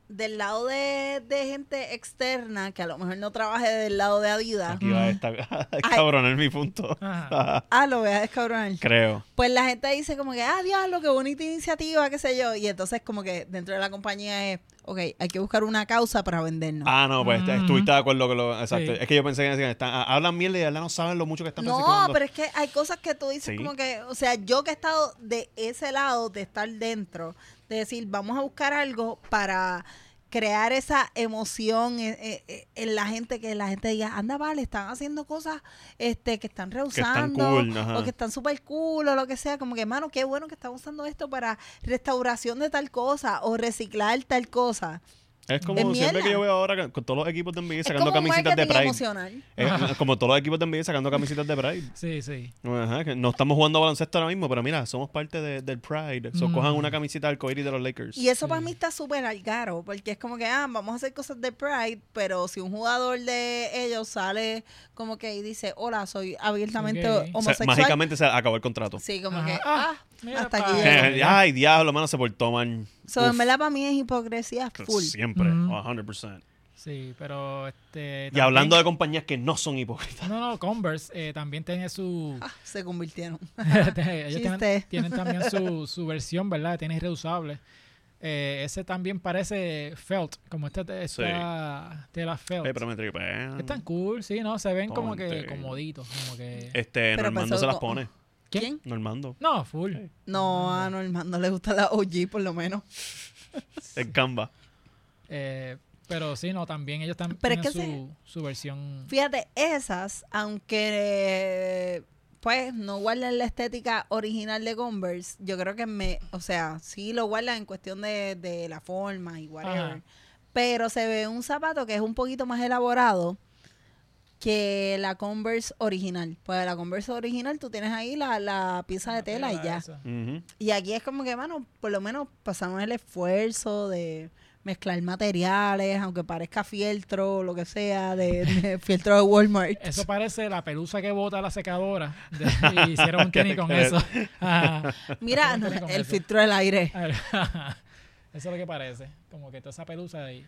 C: del lado de, de gente externa, que a lo mejor no trabaje del lado de Adidas.
B: Aquí va a esta- <laughs> a cabronar mi punto.
A: Ajá.
B: <laughs>
C: <laughs> Ah, lo voy a descabronar.
B: Creo.
C: Pues la gente dice como que, ah, diablo, qué bonita iniciativa, qué sé yo. Y entonces como que dentro de la compañía es, ok, hay que buscar una causa para vendernos.
B: Ah, no, pues
A: Ujú.
B: estuviste de acuerdo con lo. Exacto.
A: Sí.
B: Es que yo pensé que decían, están- ah, hablan mierda y de verdad no saben lo mucho que están
C: No,
B: reciclando.
C: pero es que hay cosas que tú dices
B: Sí.
C: como que, o sea, yo que he estado de ese lado, de estar dentro, de decir, vamos a buscar algo para crear esa emoción en, en- en la gente, que la gente diga, anda, vale, están haciendo cosas este que están rehusando
B: cool, ajá.
C: o que están súper cool o lo que sea, como que, mano, qué bueno que están usando esto para restauración de tal cosa o reciclar tal cosa.
B: Es como
C: Es
B: siempre
C: mierda.
B: que yo veo ahora con- con todos los equipos de NBA
C: Es
B: sacando
C: como un
B: camisetas de
C: marketing
B: Pride.
C: emocional.
B: Es- como todos los equipos de NBA sacando camisetas de Pride.
A: Sí, sí.
B: Ajá, que no estamos jugando baloncesto ahora mismo, pero mira, somos parte de- del Pride. So,
A: Mm.
B: Cojan una camiseta del coiris de los Lakers.
C: Y eso
A: Sí.
C: para mí está súper al caro, porque es como que, ah, vamos a hacer cosas de Pride, pero si un jugador de ellos sale como que y dice, hola, soy abiertamente
A: Soy gay.
B: O sea,
C: homosexual.
B: mágicamente se acabó el contrato.
C: Sí, como
A: Ajá.
C: que,
A: Ah,
C: ah.
A: mira
C: hasta
A: pa'
B: <laughs>
C: aquí
A: allá.
B: Eh, <laughs> Ay, diablo, mano, se portó mal.
C: So, en verdad para mí es hipocresía full.
B: Siempre,
A: Ujú.
B: 100%.
A: Sí, pero este.
B: Y
A: también-
B: hablando de compañías que no son hipócritas.
A: No, no, Converse eh, también tiene su. <laughs>
C: <laughs> Ah, se convirtieron.
A: Ellos tienen,
C: Chiste.
A: tienen también
C: <laughs>
A: su, su versión, ¿verdad? Tiene reusable. Eh, ese también parece felt, como esta, te-
B: Sí.
A: esta tela felt.
B: Eh, pero me tripean.
A: Están cool, sí, ¿no? Se ven como que
B: Ponte.
A: comoditos, como que...
B: Este,
C: Pero
B: Normando
C: pasó
B: se las
C: con-
B: pone.
A: ¿Quién?
B: Normando.
A: No, full.
C: No, a Norman no le gusta la OG por lo menos.
B: El Canva.
A: Eh, pero sí, no, también ellos también
C: Pero es
A: tienen
C: que
A: su, su versión...
C: Fíjate, esas, aunque pues no guardan la estética original de Converse, yo creo que me, o sea, sí lo guardan en cuestión de, de la forma y whatever.
A: Ajá.
C: Pero se ve un zapato que es un poquito más elaborado que la Converse original. Pues la Converse original tú tienes ahí la, la pieza de tela y ya.
A: esa.
B: Ujú.
C: Y aquí es como que, mano, por lo menos pasaron el esfuerzo de mezclar materiales, aunque parezca fieltro o lo que sea,
A: <laughs>
C: de, de fieltro de Walmart.
A: Eso parece la pelusa que bota la
B: <laughs>
A: secadora. de- y hicieron un tenis con eso. Ajá.
C: Mira,
A: no
C: no,
A: tiene con
C: el
A: eso.
C: filtro del
A: <laughs>
C: aire.
A: A ver, Eso es lo que parece. Como que toda esa pelusa ahí.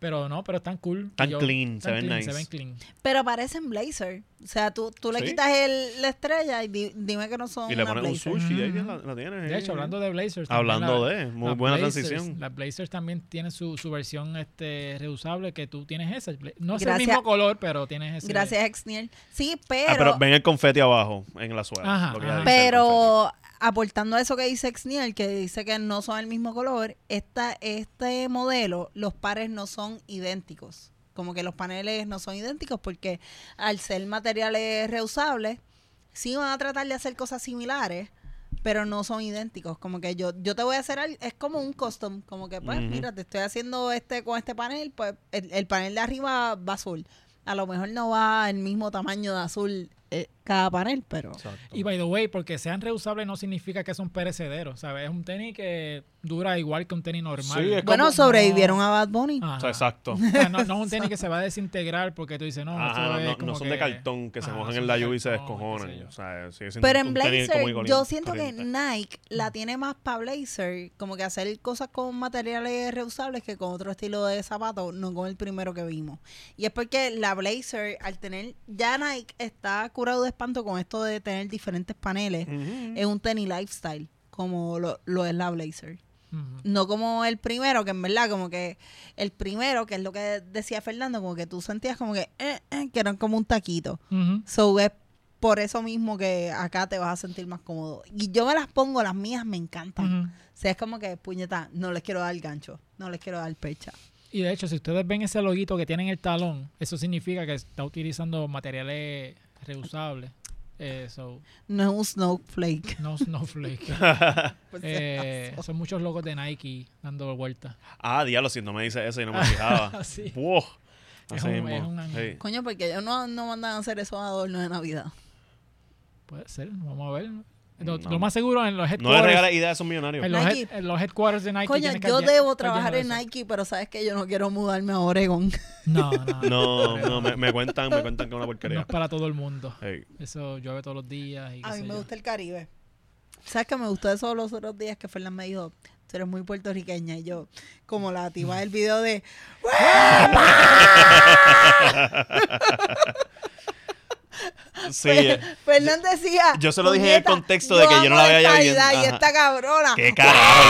A: Pero no, pero están cool.
B: Tan
A: Y yo-
B: clean, se
A: tan
B: ven
A: clean,
B: nice.
A: Se ven clean.
C: Pero parecen blazer. O sea, tú, tú le
B: Sí.
C: quitas el, la estrella y di- dime que no son
B: Y le
C: una
B: pones un
C: blazer.
B: sushi. Ahí la, la tienes.
A: Mm. De hecho, hablando de Blazers. también
B: Eh, Hablando
A: la-
B: de. Muy
A: las
B: buena
A: Blazers-
B: transición.
A: Las Blazers también tienen su, su versión este reusable que tú tienes esa. No es el
C: Gracias.
A: mismo color, pero tienes ese.
C: Gracias, Exniel. Sí,
B: Ah, pero
C: pero,
B: ven el confeti abajo en la suela.
A: Ajá,
B: lo que ella
A: ajá.
B: dice, el confeti.
C: pero aportando a eso que dice Exniel, que dice que no son el mismo color, esta, este modelo, los pares no son idénticos. Como que los paneles no son idénticos porque al ser materiales reusables, sí van a tratar de hacer cosas similares, pero no son idénticos. Como que yo, yo te voy a hacer, al- es como un custom, como que pues
B: Ujú.
C: mira, te estoy haciendo este con este panel, pues el, el panel de arriba va azul. A lo mejor no va el mismo tamaño de azul eh, cada panel, pero...
B: Exacto.
A: Y by the way, porque sean reusables no significa que son perecederos, ¿sabes? Es un tenis que dura igual que un tenis normal.
B: Sí, es
C: Bueno,
B: como- Ah,
C: sobrevivieron a Bad Bunny.
A: Ajá.
B: O sea, exacto.
A: O sea, no, no es un tenis que se va a desintegrar porque tú dices, no,
B: Ajá,
A: Ah, eso
B: no,
A: es
B: no- no
A: como
B: son
A: que-
B: de cartón que se
A: Ajá, no
B: mojan
A: son
B: en la
A: de
B: lluvia y se
A: cartón, qué sé
B: descojonan.
A: yo.
B: O sea, sigue siendo
C: Pero en
B: un tenis común y
C: Blazer, yo
B: corriente.
C: siento que
B: Corriente.
C: Nike la tiene más para Blazer, como que hacer cosas con materiales reusables que con otro estilo de zapato, no con el primero que vimos. Y es porque la Blazer, al tener, ya Nike está curado de espanto con esto de tener diferentes paneles,
B: Ujú.
C: es un tenis lifestyle, como lo, lo es la Blazer.
A: Ujú.
C: No como el primero, que en verdad, como que el primero, que es lo que decía Fernando, como que tú sentías como que, eh, eh, que eran como un taquito.
A: Ujú.
C: So es por eso mismo que acá te vas a sentir más cómodo. Y yo me las pongo, las mías me encantan.
A: Ujú.
C: O sea, es como que, puñeta, no les quiero dar gancho, no les quiero dar pecha.
A: Y de hecho, si ustedes ven ese loguito que tiene en el talón, eso significa que está utilizando materiales reusables. Eh, so,
C: No es un snowflake. <laughs>
A: no <laughs> snowflake.
B: <laughs>
C: por si
A: Eh,
C: acaso.
A: son muchos logos de Nike dando vueltas.
B: <laughs> Ah, diablo, si no me dice eso y no me fijaba.
A: Sí.
B: Wow.
A: Es
B: Así
A: un-
B: mismo.
A: es un ángel.
B: Sí.
C: Coño, porque ellos no, no mandan a hacer esos adornos de Navidad.
A: Puede ser, vamos a ver. Lo,
B: No.
A: lo más seguro en los
B: No le
A: headquarters.
B: regales ideas a esos millonarios.
A: en, los head-
C: Nike.
A: en los headquarters de Nike.
C: Coño,
A: tiene que
C: yo
A: estar lle-
C: debo
A: estar lleno
C: trabajar
A: de
C: en
A: eso.
C: Nike, pero sabes que yo no quiero mudarme a Oregon.
A: No,
B: <laughs>
A: no.
B: No,
A: creo.
B: no, me, me cuentan, me cuentan que es una
A: No pues. es
B: porquería.
A: para todo el mundo.
B: Ey,
A: Eso llueve todos los días. Y qué
C: A mí
A: sé
C: me
A: yo.
C: gusta el Caribe. ¿Sabes que me gustó eso los otros días que Fernández me dijo, tú eres muy puertorriqueña? Y yo, como la tipa del video
A: <laughs>
C: de...
A: ¡Ah!
B: Sí,
C: Fer-
B: eh,
C: Fernández decía...
B: yo se lo dije en el
C: "Puñeta,
B: contexto de que yo no
C: amo
B: la veía
C: esta
B: viviendo".
C: vida Y
B: Ajá.
C: esta cabrona.
B: qué carajo,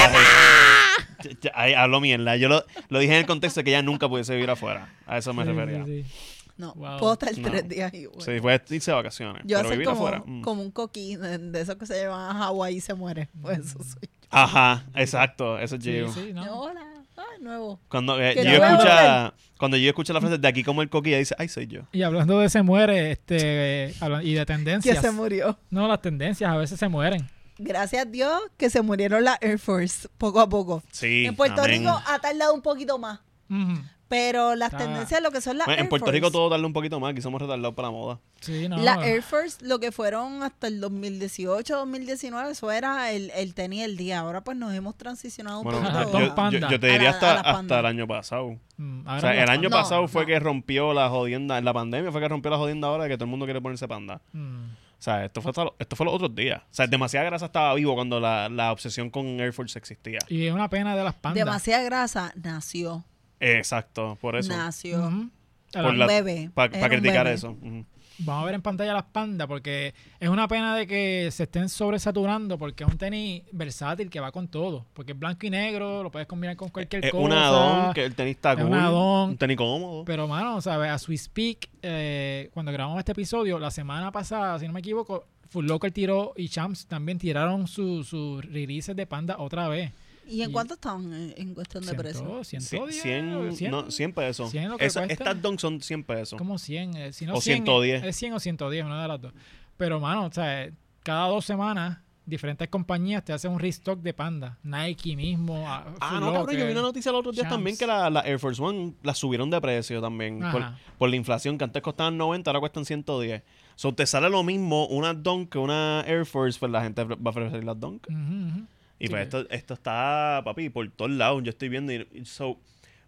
B: loca. Ya- ya- Ay, hablo mierda. Yo lo, lo dije en el contexto de que ella nunca pudiese vivir afuera. A eso me
A: Sí, sí,
B: refería. Sí,
A: sí.
C: No,
A: Wow.
C: puedo estar
B: No.
C: tres días igual.
B: fue irse de vacaciones.
C: Yo
B: pero
C: hacer
B: vivir
C: como,
B: afuera. mm.
C: como un coquín de, de esos que se llevan a Hawái y se mueren.
A: Mm.
C: Pues eso soy yo.
B: Ajá, exacto. Eso es
A: Sí,
B: Gio.
A: sí,
C: Yo,
A: ¿no?
C: Hola, ay, nuevo.
B: Cuando, eh,
C: Que
B: Gio
C: no me
B: escucha, cuando yo escucho la frase de aquí como el coqui, ella dice, ay, soy yo.
A: Y hablando de se muere, este, eh, habla- y de
C: Que
A: tendencias.
C: se murió.
A: No, las tendencias a veces se mueren.
C: Gracias a Dios que se murieron las Air Force poco a poco.
B: Sí.
C: en Puerto
B: amén.
C: Rico ha tardado un poquito más.
A: Ujú.
C: Pero las
A: Ah.
C: tendencias, lo que son las
B: Bueno, en
C: Air
B: Puerto
C: Force,
B: Rico todo darle un poquito más, aquí somos retardados para la moda.
A: Sí, no. eh,
C: Las Air Force, lo que fueron hasta el 2018, 2019, eso era el, el tenis del día. Ahora pues nos hemos transicionado un
B: Bueno,
A: Ajá,
C: poquito.
B: yo,
A: dos pandas.
B: yo- yo te
C: A
B: diría
C: la-
B: hasta,
C: a las pandas.
B: hasta el año pasado.
A: Mm,
B: O
A: ahora
B: sea,
A: no,
B: el año
C: No,
B: pasado fue
C: no.
B: que rompió la jodienda, en la pandemia fue que rompió la jodienda ahora de que todo el mundo quiere ponerse panda.
A: Mm.
B: O sea, esto fue, hasta lo- esto fue los otros días. O sea, demasiada grasa estaba vivo cuando la, la obsesión con Air Force existía.
A: Y es una pena de las pandas.
C: Demasiada grasa nació.
B: Exacto, por eso.
C: Nació.
A: Ujú. A
B: Por
A: la-
B: la-
C: bebé.
B: Para
C: era un
B: criticar
C: bebé.
B: eso. Ujú.
A: Vamos a ver en pantalla las pandas porque es una pena de que se estén sobresaturando porque es un tenis versátil que va con todo. Porque es blanco y negro, lo puedes combinar con cualquier
B: Es
A: cosa.
B: un adón, que el tenis está
A: es
B: cool.
A: un add-on.
B: Un tenis cómodo.
A: Pero, mano, ¿sabes? A Swiss Peak, eh, cuando grabamos este episodio, la semana pasada, si no me equivoco, Full Locker tiró y Champs también tiraron sus su releases de panda otra vez.
C: ¿Y en
A: Y-
C: cuánto están en, en cuestión de precio?
A: 100, 110,
B: 100,
A: 100,
B: no, 100 pesos.
A: 100 lo que
B: Esa-
A: cuesta.
B: estas donks son 100 pesos.
A: como 100, eh, si no
B: O
A: 100,
B: 110.
A: Es 100 o 110, una de las dos. Pero, mano, o sea, cada dos semanas diferentes compañías te hacen un restock de panda. Nike mismo. a-
B: Ah,
A: Foot
B: no, cabrón, yo vi
A: Locker.
B: una noticia los otros días
A: Champs.
B: también que la, la Air Force One la subieron de precio también por,
A: Ajá.
B: por la inflación, que antes costaban 90, ahora cuestan 110. So, te sale lo mismo una Dunk que una Air Force, pues la gente va a preferir las Dunk.
A: Ujú, ujú.
B: Y
A: Sí.
B: pues esto, esto está, papi, por todos lados, yo estoy viendo. Y, y so,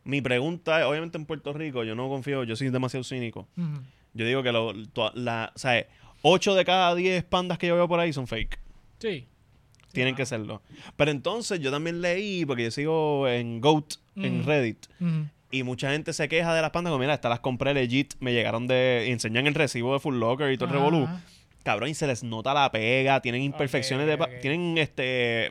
B: mi pregunta es, obviamente en Puerto Rico, yo no confío, yo soy demasiado cínico.
A: Ujú.
B: Yo digo que lo, to- la, o sea, 8 de cada 10 pandas que yo veo por ahí son fake.
A: Sí.
B: Tienen que serlo. Pero entonces yo también leí, porque yo sigo en GOAT, en
A: Mm.
B: Reddit,
A: Ujú.
B: y mucha gente se queja de las pandas. Como, mira, estas las compré legit, me llegaron de. y enseñan el recibo de Full Locker y todo el
A: Ajá.
B: revolú. Cabrón, y se les nota la pega, tienen imperfecciones de. pa-
A: ok.
B: tienen este.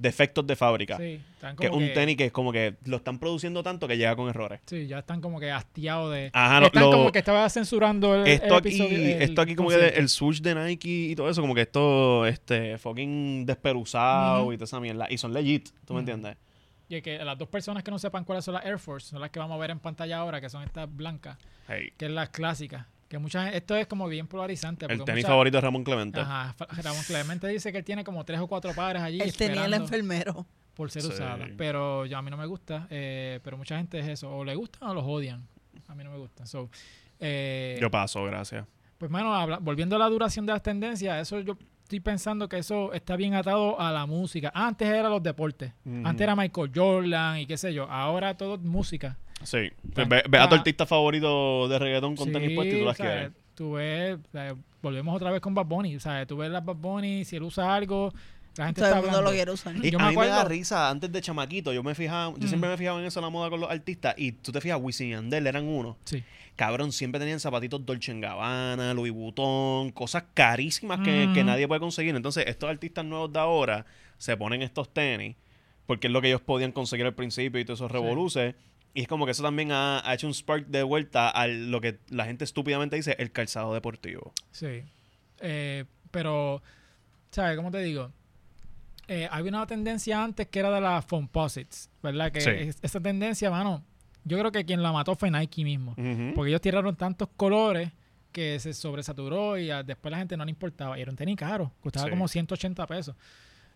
B: defectos de fábrica.
A: Sí, están
B: que es
A: como
B: un
A: que-
B: tenis que es como que lo están produciendo tanto que llega con errores.
A: Sí, ya están como que hastiados de.
B: Ajá, lo-
A: están
B: lo-
A: como que estaba censurando el.
B: Esto
A: el
B: aquí,
A: episodio, el
B: esto aquí como que de-
A: concierto.
B: el switch de Nike y todo eso, como que esto, este, fucking desperuzado
A: Ujú.
B: y toda esa mierda. Y son legit, ¿tú me
A: Ujú.
B: entiendes?
A: Y es que las dos personas que no sepan cuáles son las Air Force son las que vamos a ver en pantalla ahora, que son estas blancas,
B: Hey.
A: que es las clásicas. Que mucha gente- esto es como bien polarizante.
B: El
A: Este, porque
B: tenis
A: mucha-
B: favorito de Ramón Clemente.
A: Ajá, Fra- Ramón Clemente dice que él tiene como tres o cuatro pares allí
C: Él tenía el
A: esperando
C: enfermero.
A: por ser
B: Sí.
A: usada. Pero yo, a mí no me gusta, eh, pero mucha gente es eso, o le gustan o los odian. A mí no me gustan. So, eh,
B: Yo paso, gracias.
A: pues mano, habla- volviendo a la duración de las tendencias, eso yo estoy pensando que eso está bien atado a la música. Antes era los deportes,
B: Ujú.
A: antes era Michael Jordan y qué sé yo, ahora todo es música.
B: Sí.
A: Tan-
B: Ve, ve a tu
A: ah.
B: artista favorito de reggaetón con tenis
A: Sí,
B: puesto y tú las
A: o sea,
B: quieres.
A: tú ves, o sea, volvemos otra vez con Bad Bunny, o sea, tú ves las Bad Bunny, si él usa algo, la gente
C: Todo
A: está
C: el mundo lo
A: hablando.
C: quiere usar.
B: Y
A: yo
B: a
A: me
B: mí me da
A: acuerdo-
B: risa, antes de chamaquito, yo me fijaba, yo
A: Mm.
B: siempre me fijaba en eso en la moda con los artistas, y tú te fijas, Wisin y Andel eran uno.
A: Sí.
B: Cabrón, siempre tenían zapatitos Dolce Gabbana, Louis Vuitton, cosas carísimas que,
A: Ujú.
B: que nadie puede conseguir. Entonces, estos artistas nuevos de ahora se ponen estos tenis, porque es lo que ellos podían conseguir al principio y todos esos revoluces. Y es como que eso también ha, ha hecho un spark de vuelta a lo que la gente estúpidamente dice, el calzado deportivo.
A: Sí. Eh, pero, ¿sabes cómo te digo? Eh, había una tendencia antes que era de las Fomposites, ¿verdad? Que
B: Sí.
A: es- esa tendencia, mano, yo creo que quien la mató fue Nike mismo.
B: Ujú.
A: Porque ellos tiraron tantos colores que se sobresaturó y a- después la gente no le importaba. Y era un tenis caro, costaba
B: Sí.
A: como 180 pesos.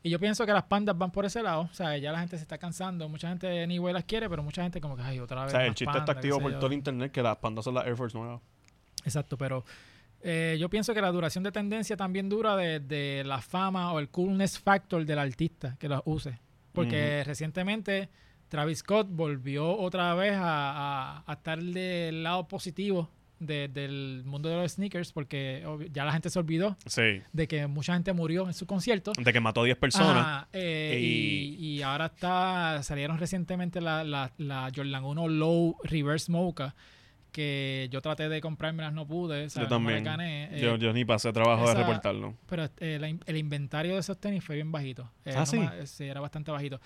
A: Y yo pienso que las pandas van por ese lado. O sea, ya la gente se está cansando. Mucha gente ni güey las quiere, pero mucha gente como que, ay, otra
B: O
A: vez.
B: sea, el
A: más
B: chiste está
A: panda, qué
B: activo
A: sé
B: por
A: yo".
B: todo el internet que las pandas son las Air Force nuevas.
A: Exacto, pero eh, yo pienso que la duración de tendencia también dura de, de la fama o el coolness factor del artista que los use. Porque recientemente Travis Scott volvió otra vez a, a- a estar del lado positivo de- del mundo de los sneakers porque obvi- ya la gente se olvidó
B: Sí.
A: de que mucha gente murió en sus conciertos.
B: De que mató a 10 personas.
A: Ajá, eh, y, y ahora está salieron recientemente la, la, la Jordan 1 Low Reverse Mocha que yo traté de comprármelas, no pude.
B: yo
A: ¿sabes? No me
B: también.
A: las gané, eh,
B: yo, yo ni pasé trabajo
A: esa-
B: de reportarlo.
A: Pero eh, la in- el inventario de esos tenis fue bien bajito. Eh,
B: Ah, ¿sí?
A: ma- eh, era bastante bajito.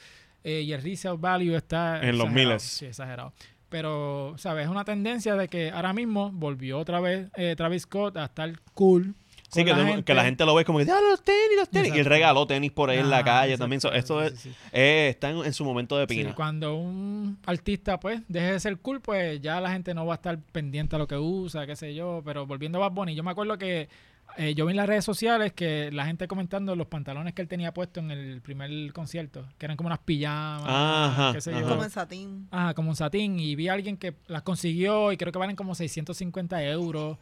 A: Eh, y el resale value está...
B: En los
A: exagerado.
B: miles.
A: Sí, exagerado. Pero, ¿sabes? Es una tendencia de que ahora mismo volvió otra vez eh, Travis Scott a estar cool.
B: Sí,
A: con
B: que, todo el mundo- que la gente lo ve como que, "Ah, los tenis, los tenis. Y él
A: Exacto.
B: regaló tenis por ahí en la
A: Ajá,
B: calle
A: exacto,
B: también. So, esto
A: sí,
B: es,
A: sí, sí.
B: eh, está en, en su momento de
A: Sí,
B: pina.
A: cuando un artista pues deje de ser cool, pues ya la gente no va a estar pendiente a lo que usa, qué sé yo. Pero volviendo a Bad Bunny, yo me acuerdo que eh, yo vi en las redes sociales que la gente comentando los pantalones que él tenía puesto en el primer concierto, que eran como unas pijamas,
B: Ajá,
A: qué sé
B: ajá.
A: yo.
C: Como en satín.
A: Ajá, como un satín. Y vi a alguien que las consiguió y creo que valen como 650 euros.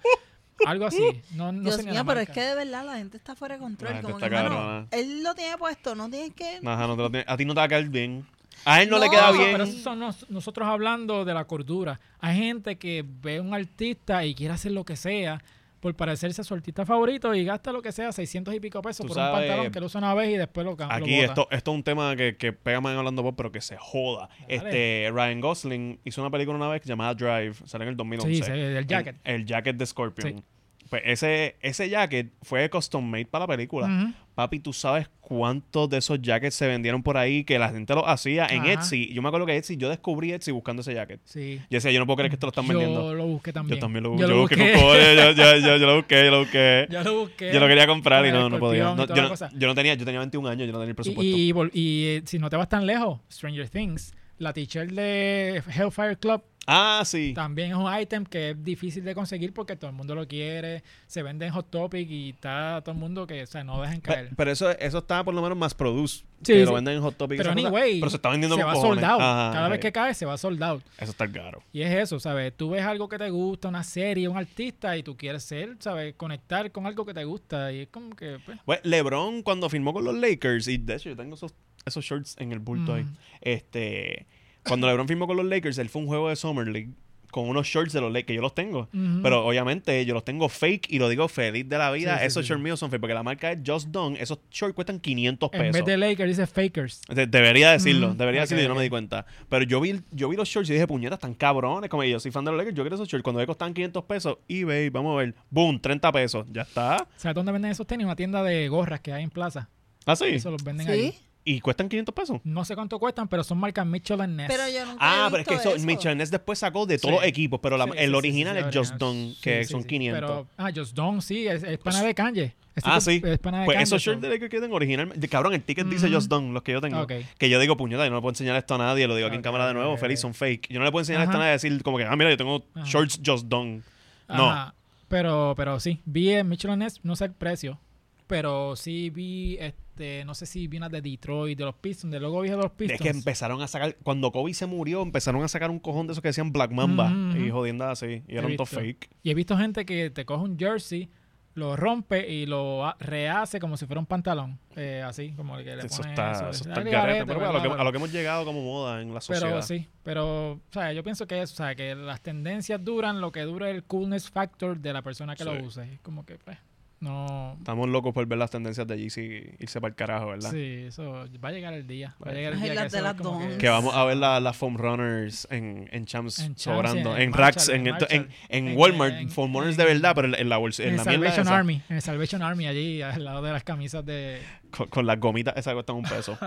A: Algo así. No, no sé
C: Dios
A: ni la
C: mío, pero es
A: marca.
C: que de verdad la gente está fuera de control.
B: La gente
C: Como que,
B: está
C: mano,
B: cabrona.
C: él lo tiene puesto, no tienes que...
B: Ajá, no te lo tiene- a ti no te va a caer bien. A él no, le
C: No,
B: queda
A: Pero eso-
B: bien.
A: Pero eso son nos- nosotros hablando de la cordura. Hay gente que ve a un artista y quiere hacer lo que sea por parecerse a su artista favorito y gasta lo que sea, 600 y pico pesos
B: Tú
A: por un
B: sabes,
A: pantalón que lo usa una vez y después lo cambia.
B: Aquí esto, esto es un tema que, que pega más en hablando vos, pero que se joda.
A: Dale.
B: Este Ryan Gosling hizo una película una vez llamada Drive, salió en el 2011.
A: Sí, se ve el jacket.
B: El, el jacket de Scorpion.
A: Sí.
B: Pues ese, ese jacket fue custom made para la película.
A: Ujú.
B: Papi, tú sabes cuántos de esos jackets se vendieron por ahí que la gente los hacía en
A: Ajá.
B: Etsy. Yo me acuerdo que Etsy, yo descubrí Etsy buscando ese jacket.
A: Sí.
B: Yo decía, yo no puedo creer que esto lo están vendiendo.
A: Yo lo busqué también.
B: Yo también lo, yo lo busqué. con cojones, yo, yo- yo- yo lo busqué, yo lo busqué.
A: <laughs> Yo lo busqué.
B: Yo lo quería comprar y
A: Con el
B: no, no podía.
A: escorpión y
B: No,
A: toda
B: yo,
A: la
B: no,
A: cosa.
B: yo no tenía, yo tenía 21 años, yo no tenía el presupuesto.
A: Y, y vol- y, eh, si no te vas tan lejos, Stranger Things, la t-shirt de Hellfire Club
B: ah, sí.
A: También es un item que es difícil de conseguir porque todo el mundo lo quiere, se vende en Hot Topic y está todo el mundo que, o sea, no dejen
B: Pe-
A: caer.
B: Pero eso, eso está por lo menos más produce.
A: Sí,
B: que
A: sí.
B: lo venden en Hot Topic. y
A: Pero
B: esas cosas,
A: anyway,
B: pero se está vendiendo
A: se
B: con
A: va
B: cojones.
A: soldado.
B: Ajá,
A: Cada vez
B: sí.
A: que cae se va soldado.
B: Eso está caro.
A: Y es eso, ¿sabes? Tú ves algo que te gusta, una serie, un artista y tú quieres ser, ¿sabes? Conectar con algo que te gusta y es como que... pues,
B: Bueno, LeBron, cuando firmó con los Lakers, y de hecho yo tengo esos, esos shorts en el bulto ahí.
A: Mm.
B: Este, cuando LeBron firmó con los Lakers, él fue a un juego de Summer League con unos shorts de los Lakers, que yo los tengo.
A: ujú.
B: Pero obviamente yo los tengo fake y lo digo feliz de la vida.
A: Mm. Sí, sí,
B: esos
A: sí,
B: shorts
A: sí.
B: míos son fake porque la marca es Just Done. Esos shorts cuestan 500
A: en
B: pesos.
A: vez de Lakers dice Fakers.
B: De- debería decirlo,
A: Mm,
B: debería
A: ok,
B: decirlo y yo no
A: ok.
B: me di cuenta. Pero yo vi, yo vi los shorts y dije, puñetas, tan cabrones. Como yo soy fan de los Lakers, yo quiero esos shorts. Cuando me costaban 500 pesos, eBay, vamos a ver, boom, 30 pesos. Ya está.
A: ¿Sabes dónde venden esos tenis? Una tienda de gorras que hay en plaza.
B: Así.
A: Eso los venden
C: ¿Sí?
A: ahí.
B: ¿Ah, Y cuestan 500 pesos.
A: No sé cuánto cuestan, pero son marcas Mitchell and Ness.
C: Pero yo nunca
B: Ah,
C: he
B: pero es que
C: visto
B: eso, Mitchell Ness después sacó de todos
A: Sí.
B: los equipos, pero la-
A: Sí, sí,
B: el
A: sí,
B: original
A: sí, sí,
B: es
A: la
B: Just
A: original.
B: Don, que
A: Sí, sí,
B: son
A: sí.
B: 500.
A: Pero, ah, Just Don, sí, es, es pana de Kanye. Este
B: ah,
A: tipo
B: sí.
A: Es pana de
B: Pues
A: Kanye,
B: esos
A: so-
B: shorts de Lakers que yo tengo originalmente. Cabrón, el ticket dice
A: Ujú.
B: Just Don, los que yo tengo.
A: Ok.
B: Que yo digo, puñeta, yo no le puedo enseñar esto a nadie, lo digo aquí en
A: Ok,
B: cámara de
A: ok,
B: nuevo,
A: ok,
B: feliz,
A: ok.
B: son fake. Yo no le puedo enseñar esto a
A: Ajá.
B: nadie decir como que, ah, mira, yo tengo
A: Ajá.
B: shorts Just Don. No.
A: Ajá. Pero, pero sí, vi en Michelin Nest, no sé el precio, pero sí vi, este, no sé si vi unas de Detroit, de los Pistons, de luego vi de los
B: Es
A: Pistons.
B: que empezaron a sacar, cuando Kobe se murió, empezaron a sacar un cojón de esos que decían Black Mamba
A: Ujú, ujú.
B: y jodiendas así, y eran todos
A: visto.
B: fake.
A: Y he visto gente que te coge un jersey, lo rompe y lo ha- rehace como si fuera un pantalón, eh, así, como el que le
B: Eso
A: pone "Ah,
B: está,
A: eso,
B: eso
A: es-
B: está
A: dale,
B: garete,
A: garete,
B: pero a
A: ¿verdad?
B: lo, que, a lo que hemos llegado como moda en la sociedad.
A: pues, Pero sí, pero o sea, yo pienso que eso, o sea, que las tendencias duran lo que dura el coolness factor de la persona que
B: Sí.
A: lo use. Es como que, pues, no.
B: Estamos locos por ver las tendencias de Yeezy y irse para el carajo, ¿verdad?
A: Sí, eso va a llegar el día. Va a
B: Ay,
A: llegar el
C: las
A: día que
C: de
A: eso es
C: las
A: como que-
C: Dons.
B: Que vamos a ver las la foam runners en, en champs
A: En Champs,
B: sobrando,
A: en-
B: en,
A: en
B: racks,
A: Marshall,
B: en,
A: en
B: en, en,
A: Marshall.
B: en
A: En-
B: Walmart,
A: en-
B: foam runners de
A: en-
B: verdad, pero en la, en la bolsa,
A: En
B: en
A: el
B: la mierda
A: Salvation
B: esa,
A: Army, en el Salvation Army, allí al lado de las camisas de...
B: Con, con las gomitas esas cuestan un
A: <laughs>
B: peso.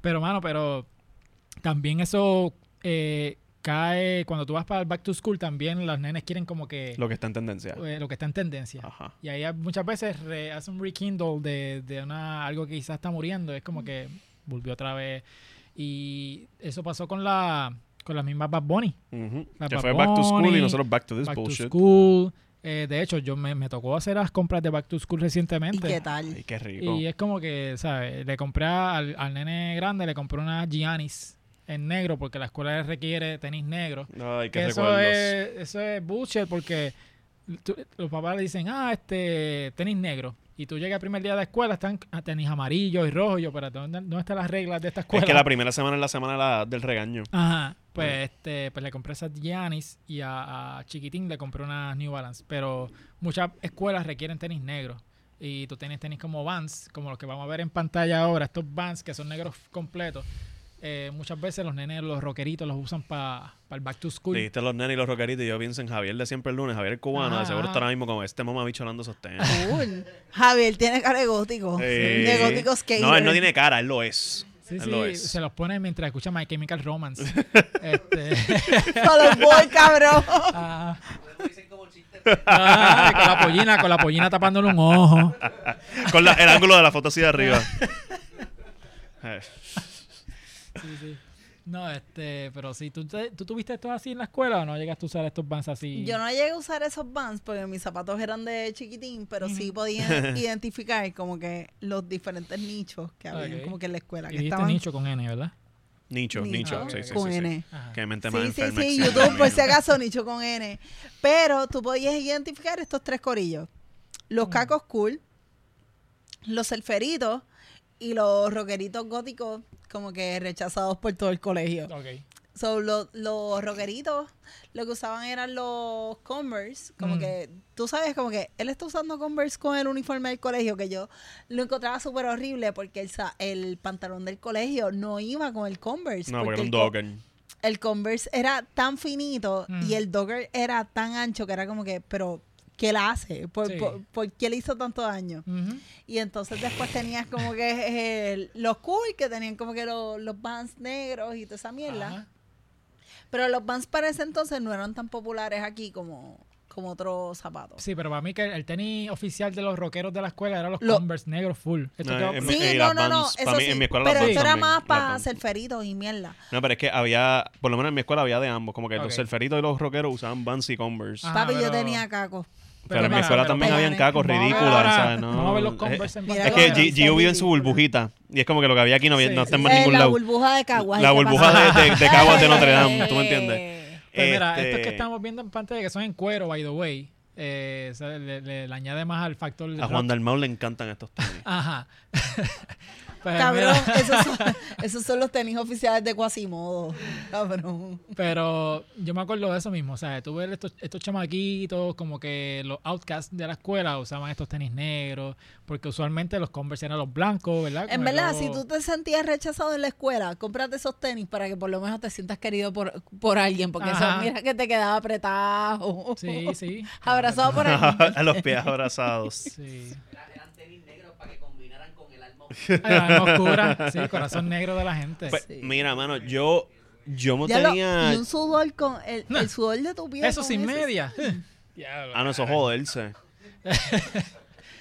A: Pero, mano, pero también eso eh, cae... Cuando tú vas para el Back to School, también las nenes quieren como que
B: lo que está en tendencia.
A: eh, lo que está en tendencia.
B: Ajá.
A: Y ahí muchas veces re- hace un rekindle de, de una, algo que quizás está muriendo. Es
C: Mm.
A: como que volvió otra vez. Y eso pasó con la con las mismas Bad Bunny.
B: Ujú.
A: La
B: Que
A: Bad
B: fue back to school y
A: Bunny,
B: nosotros back to this
A: Back to
B: bullshit.
A: School. Eh, de hecho, yo me, me tocó hacer las compras de Back to School
C: ¿Y
A: recientemente.
C: qué tal?
B: Ay, qué rico.
A: Y es como que, ¿sabes? Le compré al, al nene grande, le compré una Giannis en negro porque la escuela requiere tenis negro.
B: Ay, qué
A: Que eso
B: recuerdos.
A: es, eso es bullshit porque tú- los papás le dicen, ah, este, tenis negro. Y tú llegas el primer día de la escuela, están a tenis amarillo y rojo. y yo, pero ¿dónde, dónde están las reglas de esta escuela?
B: Es que la primera semana es la semana de la- del regaño.
A: Ajá. Pues,
B: Ah.
A: este, pues le compré esas Giannis y a, a Chiquitín le compré unas New Balance. Pero muchas escuelas requieren tenis negros. Y tú tienes tenis como Vans, como los que vamos a ver en pantalla ahora, estos Vans que son negros completos. Eh, muchas veces los nenes, los rockeritos, los usan para el back to school.
B: Dijiste los nenes y los rockeritos y yo pienso en Javier de siempre el lunes, Javier el cubano,
A: Ajá,
B: de seguro
A: ajá.
B: está ahora mismo como este mamabicho hablando de esos temas.
C: Cool. Javier tiene cara de gótico.
B: Eh,
C: De gótico skater.
B: No, él no tiene cara, él lo es.
A: Sí,
B: él
A: sí,
B: lo es.
A: se los pone mientras escucha My Chemical Romance.
B: <laughs>
A: este,
C: <laughs> Solo voy, cabrón.
A: ah. Ah, con la pollina, con la pollina tapándole un ojo.
B: Con la- el ángulo de la foto
A: <laughs>
B: así de arriba. Eh,
A: Sí, sí. No, este, pero sí, ¿tú, te- ¿tú tuviste esto así en la escuela o no llegaste a usar estos bands así?
C: Yo no llegué a usar esos bands porque mis zapatos eran de chiquitín, pero sí <laughs> podía identificar como que los diferentes nichos que había
A: Ok.
C: como que en la escuela.
A: Y
C: Que
A: dijiste
C: estaban
A: nicho con N, ¿verdad?
B: nicho,
C: Nicho.
B: nicho.
A: Ah,
B: sí,
A: ok,
B: sí,
C: con
B: sí, sí.
C: N.
A: Ajá.
B: Qué mente más
C: Sí, sí,
B: enferma
C: sí,
B: existe,
C: YouTube pues, por
B: amigo.
C: si acaso nicho con N. Pero tú podías identificar estos tres corillos. Los
A: Mm.
C: cacos cool, los surferitos y los rockeritos góticos como que rechazados por todo el colegio.
A: Ok.
C: So, lo- los rockeritos lo que usaban eran los Converse. Como
A: Mm.
C: que, tú sabes, como que él está usando Converse con el uniforme del colegio, que yo lo encontraba súper horrible porque el, sa- el pantalón del colegio no iba con el Converse.
B: No, porque era
C: el,
B: un
C: co-
B: dogger.
C: el Converse era tan finito
A: Mm.
C: y el Dogger era tan ancho que era como que, pero, ¿qué la hace? ¿Por,
A: Sí.
C: por- por qué le hizo tanto daño?
A: Ujú.
C: Y entonces después tenías como que eh, los cool, que tenían como que lo- los bands negros y toda esa mierda.
A: Ajá.
C: Pero los Vans para ese entonces no eran tan populares aquí como, como otros zapatos.
A: Sí, pero para mí que el, el tenis oficial de los rockeros de la escuela eran los
C: Lo-
A: Converse negros full. Esto
B: No,
A: quedó-
B: en
A: sí.
B: mi-
C: Sí,
B: eh, las
C: no, no, no,
B: Vans, pa'
C: eso
A: mí-
C: sí.
A: en
B: mi escuela las
C: pero
B: Vans
C: esto era
B: también,
C: más
B: las
C: para
B: Vans.
C: hacer feritos y mierda.
B: No, pero es que había, por lo menos en mi escuela había de ambos, como que
A: Ok.
B: los surferitos y los rockeros usaban Vans y Converse.
A: Ah,
C: Papi, yo
A: pero-
C: tenía cacos.
B: pero, en mi
A: para-
B: escuela
A: pero
B: también
A: para-
B: habían
C: para-
B: cacos
A: Vamos a ver
B: ridículos,
A: ahora-
B: ¿sabes? No,
A: Vamos a ver los
B: eh,
A: Converse en
C: Mira
B: Es
A: pantalla.
B: que
C: Claro,
B: G-
C: está
B: Gio vive en su
C: ridículo.
B: burbujita y es como que lo que había aquí no, había,
A: Sí,
B: no está en
A: sí,
B: más
C: Eh,
B: ningún
C: la
B: lado.
C: burbuja de Caguas.
B: La
C: ¿qué
B: burbuja
C: pasa?
B: de- de- de Caguas de Notre Dame, ¿tú me entiendes?
C: Eh,
A: Pues mira,
B: Este,
A: estos que estamos viendo en pantalla que son en cuero, by the way, eh, o sea, le, le- le añade más al factor
B: A Juan Dalmau le encantan estos tenis.
A: Ajá. <laughs> Pues
C: <laughs> Cabrón,
A: mira,
C: esos son, esos son los tenis oficiales de Quasimodo. Cabrón.
A: Pero yo me acuerdo de eso mismo. O sea, tú ves estos, estos chamaquitos, como que los outcasts de la escuela usaban estos tenis negros, porque usualmente los Converse eran los blancos, ¿verdad?
C: En
A: Con el
C: verdad,
A: logo-
C: si tú te sentías rechazado en la escuela, cómprate esos tenis para que por lo menos te sientas querido por, por alguien, porque
A: Ajá.
C: eso, mira que te quedaba apretado.
A: Sí, sí.
C: <laughs> Abrazado por alguien.
B: <laughs> a los pies abrazados.
A: Sí.
D: Era- eran tenis negros para que combinaran con el alma.
A: Ay, la alma oscura. Sí, corazón negro de la gente.
B: Pues, mira, mano, yo, yo no
C: Ya lo-
B: tenía...
C: y un sudor con el, el sudor de tu piel.
A: eso
C: con
A: sin
C: ese-
A: media. <laughs>
B: Ah, no, eso joderse.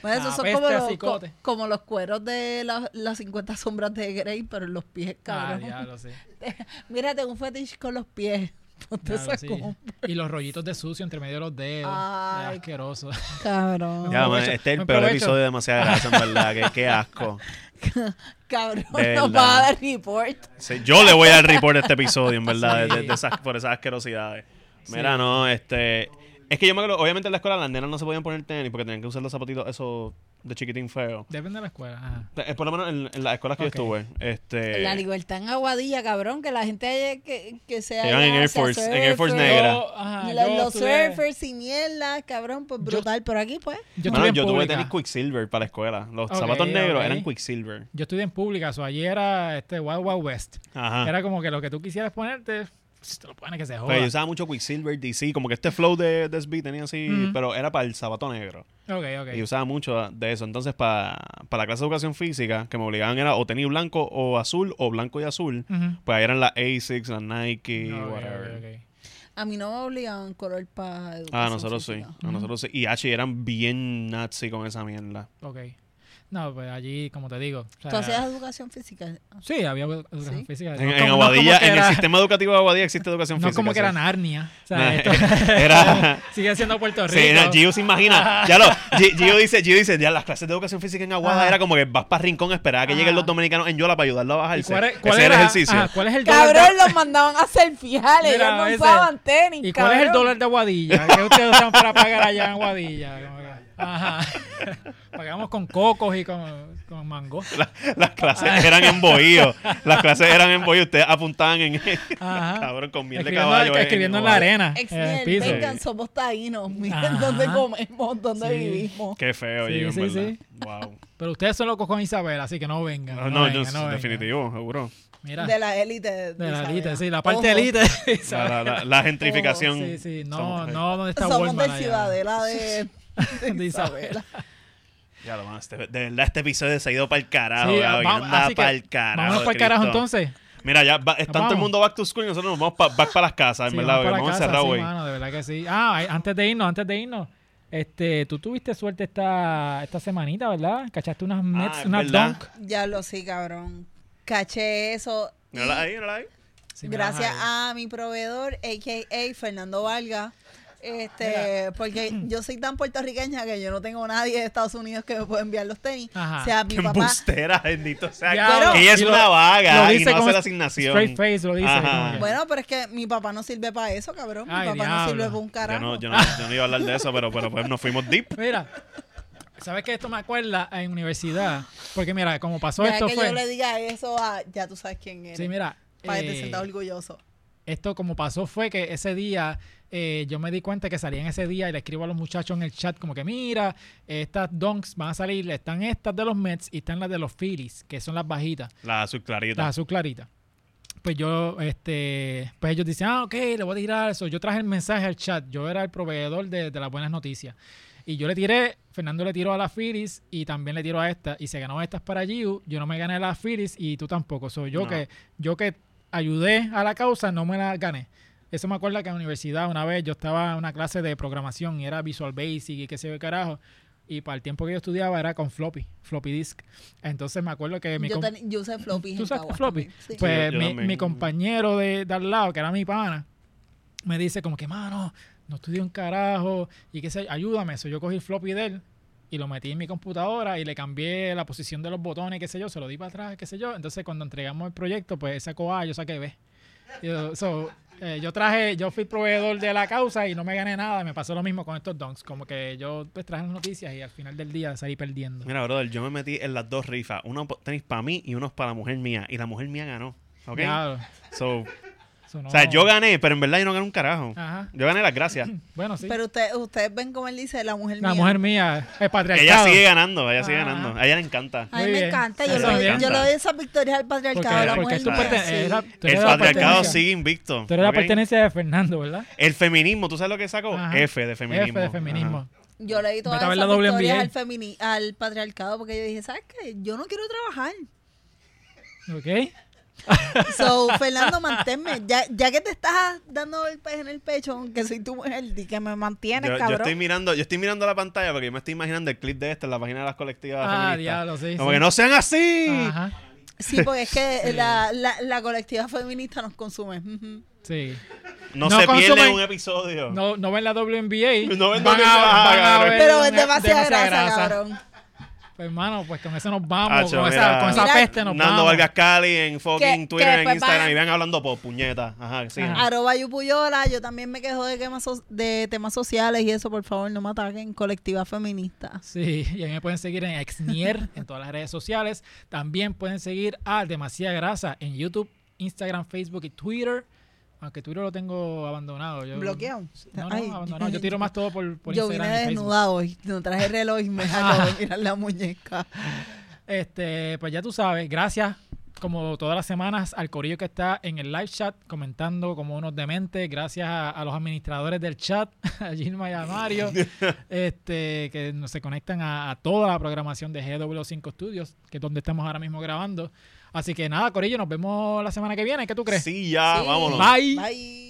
C: Bueno, esos
A: La Ah,
C: son
A: peste
C: como
A: a
C: los, co-
A: cicote.
C: como los cueros de las las 50 sombras de Grey, pero en los pies,
A: Ah,
C: cabrón.
A: diablo,
C: <laughs>
A: sí.
C: Mira, tengo un fetish con los pies. <laughs> Ponte
A: Diablo,
C: esa
A: sí.
C: cosa, <laughs>
A: Y los rollitos de sucio entre medio de los dedos.
C: Ay.
A: Ay. Asqueroso. <laughs>
C: Cabrón.
B: Ya, man,
A: aprovecho,
B: este es
A: me
B: el peor
A: aprovecho.
B: episodio de Demasiada Grasa, en verdad. que-
A: <laughs>
B: Qué asco.
C: Cabrón,
B: De verdad.
C: nos va a dar report.
B: Sí, yo le voy al report de este episodio, en verdad,
A: Sí.
B: de, de esas, por esas asquerosidades.
A: Sí.
B: Mira, no, este... Es que yo me acuerdo, obviamente en la escuela las nenas no se podían poner tenis porque tenían que usar los zapatitos esos de chiquitín feo.
A: Depende de la escuela. Ajá.
B: Eh, Por lo menos en, en las escuelas que
A: Ok.
B: yo estuve. Este,
C: La libertad en Aguadilla, cabrón, que la gente haya- que, que sea.
B: Que van en
C: ya
B: Air
C: sea
B: Force, en Air Force
C: surfer,
B: negra.
A: Yo, ajá,
C: la-
A: Ah, yo
C: los
A: estudié-
C: surfers sin mierda, cabrón, pues
A: Yo-
C: brutal. pero aquí, pues.
A: Yo
B: Mano,
A: estudié en
B: yo tuve
A: pública.
B: tenis Quicksilver para la escuela. Los
A: Ok,
B: zapatos negros
A: ok.
B: eran Quicksilver.
A: Yo estudié en pública, o ayer era este Wild Wild West.
B: Ajá.
A: Era como que lo que tú quisieras ponerte, pues, te lo pones que se joda.
B: Pero Ah. yo usaba mucho Quicksilver DC, como que este flow de, de SB tenía así,
A: Ujú.
B: pero era para el zapato negro.
A: ok, ok.
B: Y usaba mucho de eso. Entonces, para, para la clase de educación física, que me obligaban era o tenis blanco o azul, o blanco y azul.
A: Ujú.
B: Pues ahí eran las ASICS, las Nike,
A: Ok,
B: whatever.
A: ok, ok.
C: A mí no me obligaban color para
B: Ah, nosotros sí. A
A: Ujú.
B: nosotros sí. Y H eran bien nazi con esa mierda.
A: Ok. No, pues allí, como te digo. o sea,
C: ¿Tú hacías educación física?
A: Sí, había educación
C: ¿Sí?
A: física.
B: En,
A: No
B: en
A: como- no
B: Aguadilla,
A: como que
B: en
A: era-
B: el sistema educativo de Aguadilla existe educación
A: No
B: física.
A: como que era
B: <laughs> sí.
A: Narnia. O sea,
B: Nah,
A: esto- <laughs>
B: era-
A: sigue siendo Puerto Rico.
B: Sí, no, Gio se imagina.
A: <laughs>
B: Ya lo, Gi- Gio dice, Gio dice, ya las clases de educación física en Aguada
A: Ajá.
B: era como que vas para Rincón a esperar a que
A: Ajá.
B: lleguen los dominicanos en Yola para ayudarlo a bajarse.
A: ¿Cuál es,
B: Ese
A: cuál
B: era el
A: era-
B: ejercicio.
A: ajá, ¿Cuál es el dólar?
C: Cabrón,
A: de-
C: los mandaban a hacer fiales.
A: Mira,
C: Ellos no
A: ese-
C: usaban tenis.
A: ¿Y cuál es el
B: <laughs>
C: cabrón.
A: dólar de Aguadilla? ¿Qué ustedes usan para pagar allá en Aguadilla? Como que- Ajá. <laughs> Pagamos con cocos y con, con mango.
B: Las clases eran en bohío. Las clases eran en bohío. Ustedes apuntaban en.
A: Ajá.
B: Cabrón, con miel de
A: Ah. Escribiendo,
B: caballo. eh,
A: escribiendo en la
B: Guadalajara.
A: arena.
C: Ex
A: en Eh, el piso.
C: vengan, somos taínos. Miren
A: Ajá.
C: dónde comemos, dónde
A: Sí.
C: vivimos.
B: Qué feo,
A: Sí,
B: Diego, en
A: sí,
B: verdad.
A: sí.
B: Wow.
A: Pero ustedes son locos con Isabel, así que no vengan.
B: No, no,
A: vengan,
B: no,
A: vengan.
B: definitivo, seguro.
A: Mira,
C: De
A: de
C: la élite. De,
A: la
C: Isabel.
A: élite, sí, la parte
C: Ojo,
A: élite. de
B: La,
A: Isabel.
B: la- la- la gentrificación.
A: Sí, sí, no,
B: Somos-
A: no, ¿dónde está
C: Somos
A: Walmart
C: de
A: allá?
C: Ciudadela de, de
A: <laughs> De Isabela.
C: Isabela.
B: Ya lo más, de verdad este episodio se ha ido para el carajo,
A: Sí,
B: Gaby,
A: vamos-
B: anda
A: así que
B: para el carajo.
A: Vámonos para el carajo
B: Cristo.
A: entonces.
B: Mira, ya va- está
A: Nos
B: todo el
A: vamos.
B: mundo back to school y nosotros nos vamos pa- back para las casas, en
A: Sí,
B: verdad,
A: vamos para
B: vamos
A: casa,
B: encerrados
A: sí,
B: hoy.
A: mano, de verdad que sí. Ah, eh, antes de irnos, antes de irnos. Este, tú tuviste suerte esta, esta semanita, ¿verdad? Cachaste unas Mets,
B: Ah, es
A: unas
B: verdad.
A: Dunk.
C: Ya lo sí, cabrón. Caché eso.
B: Mírala ahí, mírala ahí.
A: Sí, me las
C: gracias
A: jalé.
C: a mi proveedor, a.k.a. Fernando Valga. Este,
A: <clears throat>
C: porque yo soy tan puertorriqueña que yo no tengo nadie de Estados Unidos que me pueda enviar los tenis.
A: Ajá.
C: O sea, mi
B: Qué
C: papá,
B: embustera, bendito sea.
A: Ya,
B: que ella es
A: y lo-
B: una vaga
A: lo
B: y
A: dice
B: no
A: con
B: hace la asignación.
A: Straight face lo dice.
B: Ajá.
A: <laughs> como que-
C: Bueno, pero es que mi papá no sirve para eso, cabrón. Mi
A: Ay,
C: papá no
A: diablo.
C: sirve para un
B: Yo
C: carajo.
B: no, yo, no, yo no iba a hablar de eso, pero, pero pues nos fuimos deep.
A: Mira, ¿sabes que Esto me acuerda en universidad. Porque mira, como pasó
C: ya
A: esto
C: que
A: fue...
C: yo le diga eso a ya tú sabes quién eres.
A: Sí, mira.
C: para que te
A: eh,
C: sientas orgulloso.
A: esto como pasó fue que ese día eh, yo me di cuenta que salían ese día y le escribo a los muchachos en el chat como que mira, estas donks van a salir, están estas de los Mets y están las de los Phillies, que son las bajitas,
B: La azul
A: las
B: clarita.
A: azul claritas. Pues yo, este, pues ellos dicen, ah, ok, le voy a tirar eso. Yo traje el mensaje al chat, yo era el proveedor de, de las buenas noticias. Y yo le tiré, Fernando le tiró a la Phillies y también le tiró a esta. Y se ganó estas para Giu. Yo no me gané la Phillies y tú tampoco. Soy yo
B: No.
A: que yo que ayudé a la causa, no me la gané. Eso me acuerda que en la universidad una vez yo estaba en una clase de programación y era Visual Basic y qué sé yo qué carajo. Y para el tiempo que yo estudiaba era con floppy, floppy disk. Entonces me acuerdo que mi
C: Yo,
A: com-
C: ten- yo usé floppy.
A: ¿Tú
C: en
A: sabes
C: Caguas
A: floppy?
C: también, sí.
A: Pues
B: Sí, yo- yo
A: mi,
B: también.
A: mi compañero de, de al lado, que era mi pana, me dice como que, mano, no estudié un carajo y qué sé, yo, ayúdame eso. Yo cogí el floppy de él y lo metí en mi computadora y le cambié la posición de los botones, qué sé yo, se lo di para atrás, qué sé yo. Entonces cuando entregamos el proyecto, pues él sacó A, yo saqué B. Yo, so, eh, yo traje, yo fui proveedor de la causa y no me gané nada. Me pasó lo mismo con estos donks. Como que yo pues, traje las noticias y al final del día salí perdiendo.
B: Mira, brother, yo me metí en las dos rifas. Uno po- tenis para mí y uno para la mujer mía. Y la mujer mía ganó. ¿Ok?
A: Claro,
B: So,
A: eso
B: O
A: no- Ah.
B: sea, yo gané, pero en verdad yo no gané un carajo.
A: Ajá.
B: Yo gané las gracias.
A: Bueno, sí.
C: Pero usted- ustedes ven cómo él dice la mujer
A: La
C: mía.
A: mujer mía es
B: Ella
A: patriarcado.
B: sigue ganando, ella sigue
A: Ah.
B: ganando. A ella le encanta.
C: A
A: Muy
C: mí me
A: bien.
C: encanta. Yo,
B: Eso
C: le
B: me
C: doy- yo
B: encanta.
C: le doy esas victorias al
A: porque,
C: patriarcado. a la
A: porque
C: mujer
A: tú
C: mía,
A: perteneces.
C: sí.
A: era- tú
B: Ah, El
A: eres la
B: patriarcado
A: pertenencia.
B: sigue invicto.
A: Tú eres la
B: ¿ok?
A: pertenencia de Fernando, ¿verdad?
B: El feminismo, ¿tú sabes lo que sacó?
A: Ajá.
B: F de feminismo.
A: F de feminismo.
B: Ajá.
C: Yo le di todas
A: Vete a
C: esas
A: ver la WNBA.
C: victorias al, femini- al patriarcado porque yo dije, ¿sabes qué? Yo no quiero trabajar.
A: ¿Ok?
C: So, Fernando, manténme. Ya, ya que te estás dando el pez en el pecho, aunque soy tu mujer, di que me mantienes,
B: Yo, yo
C: cabrón.
B: estoy mirando, yo estoy mirando la pantalla porque yo me estoy imaginando el clip de este en la página de las colectivas
A: Ah,
B: feministas.
A: diablo, sí.
B: Como
A: sí.
B: que no sean así.
A: Ajá.
C: Sí, porque es que la, la, la colectiva feminista nos consume. Ujú.
A: Sí.
B: No,
A: No
B: se pierden
A: consumen-
B: un episodio.
A: No, no ven la WNBA.
B: No ven
A: van
B: la
A: a,
B: WNBA,
A: van a
B: cabrón.
A: ver
C: Pero
A: una-
C: es demasiada grasa, cabrón.
A: Pues, hermano, pues con eso nos vamos.
B: Hacho,
A: con,
B: mira,
A: esa, con esa
C: Mira,
A: peste este, nos
B: Nando
A: vamos.
B: Vargas Cali en fucking
C: Que-
B: Twitter,
C: que
B: en
C: después
B: Instagram
C: vayan-
B: y vean hablando por puñeta. Ajá, sí.
A: Ajá.
C: Arroba Yupuyola, yo también me quejo de temas, so- de temas sociales y eso, por favor, no me ataquen, colectiva feminista.
A: Sí, y a mí me pueden seguir en Exnier en todas las redes sociales. También pueden seguir a Demasiada Grasa en YouTube, Instagram, Facebook y Twitter. Aunque Twitter lo tengo abandonado. Yo,
C: Bloqueado.
A: No, no,
C: Ay,
A: abandonado. Yo tiro más todo por, por
C: yo vine
A: Instagram y Facebook.
C: desnuda hoy, no traje reloj
A: <laughs>
C: y me acabo de mirar la muñeca.
A: Este, pues ya tú sabes, gracias como todas las semanas al corillo que está en el live chat comentando como unos dementes, gracias a, a los administradores del chat, <laughs> a Gilma y a Mario, este, que nos se conectan a, a toda la programación de GW5 Studios, que es donde estamos ahora mismo grabando. Así que nada, corillo, nos vemos la semana que viene, ¿qué tú crees?
B: Sí, ya,
C: Sí.
B: vámonos.
A: Bye.
C: Bye.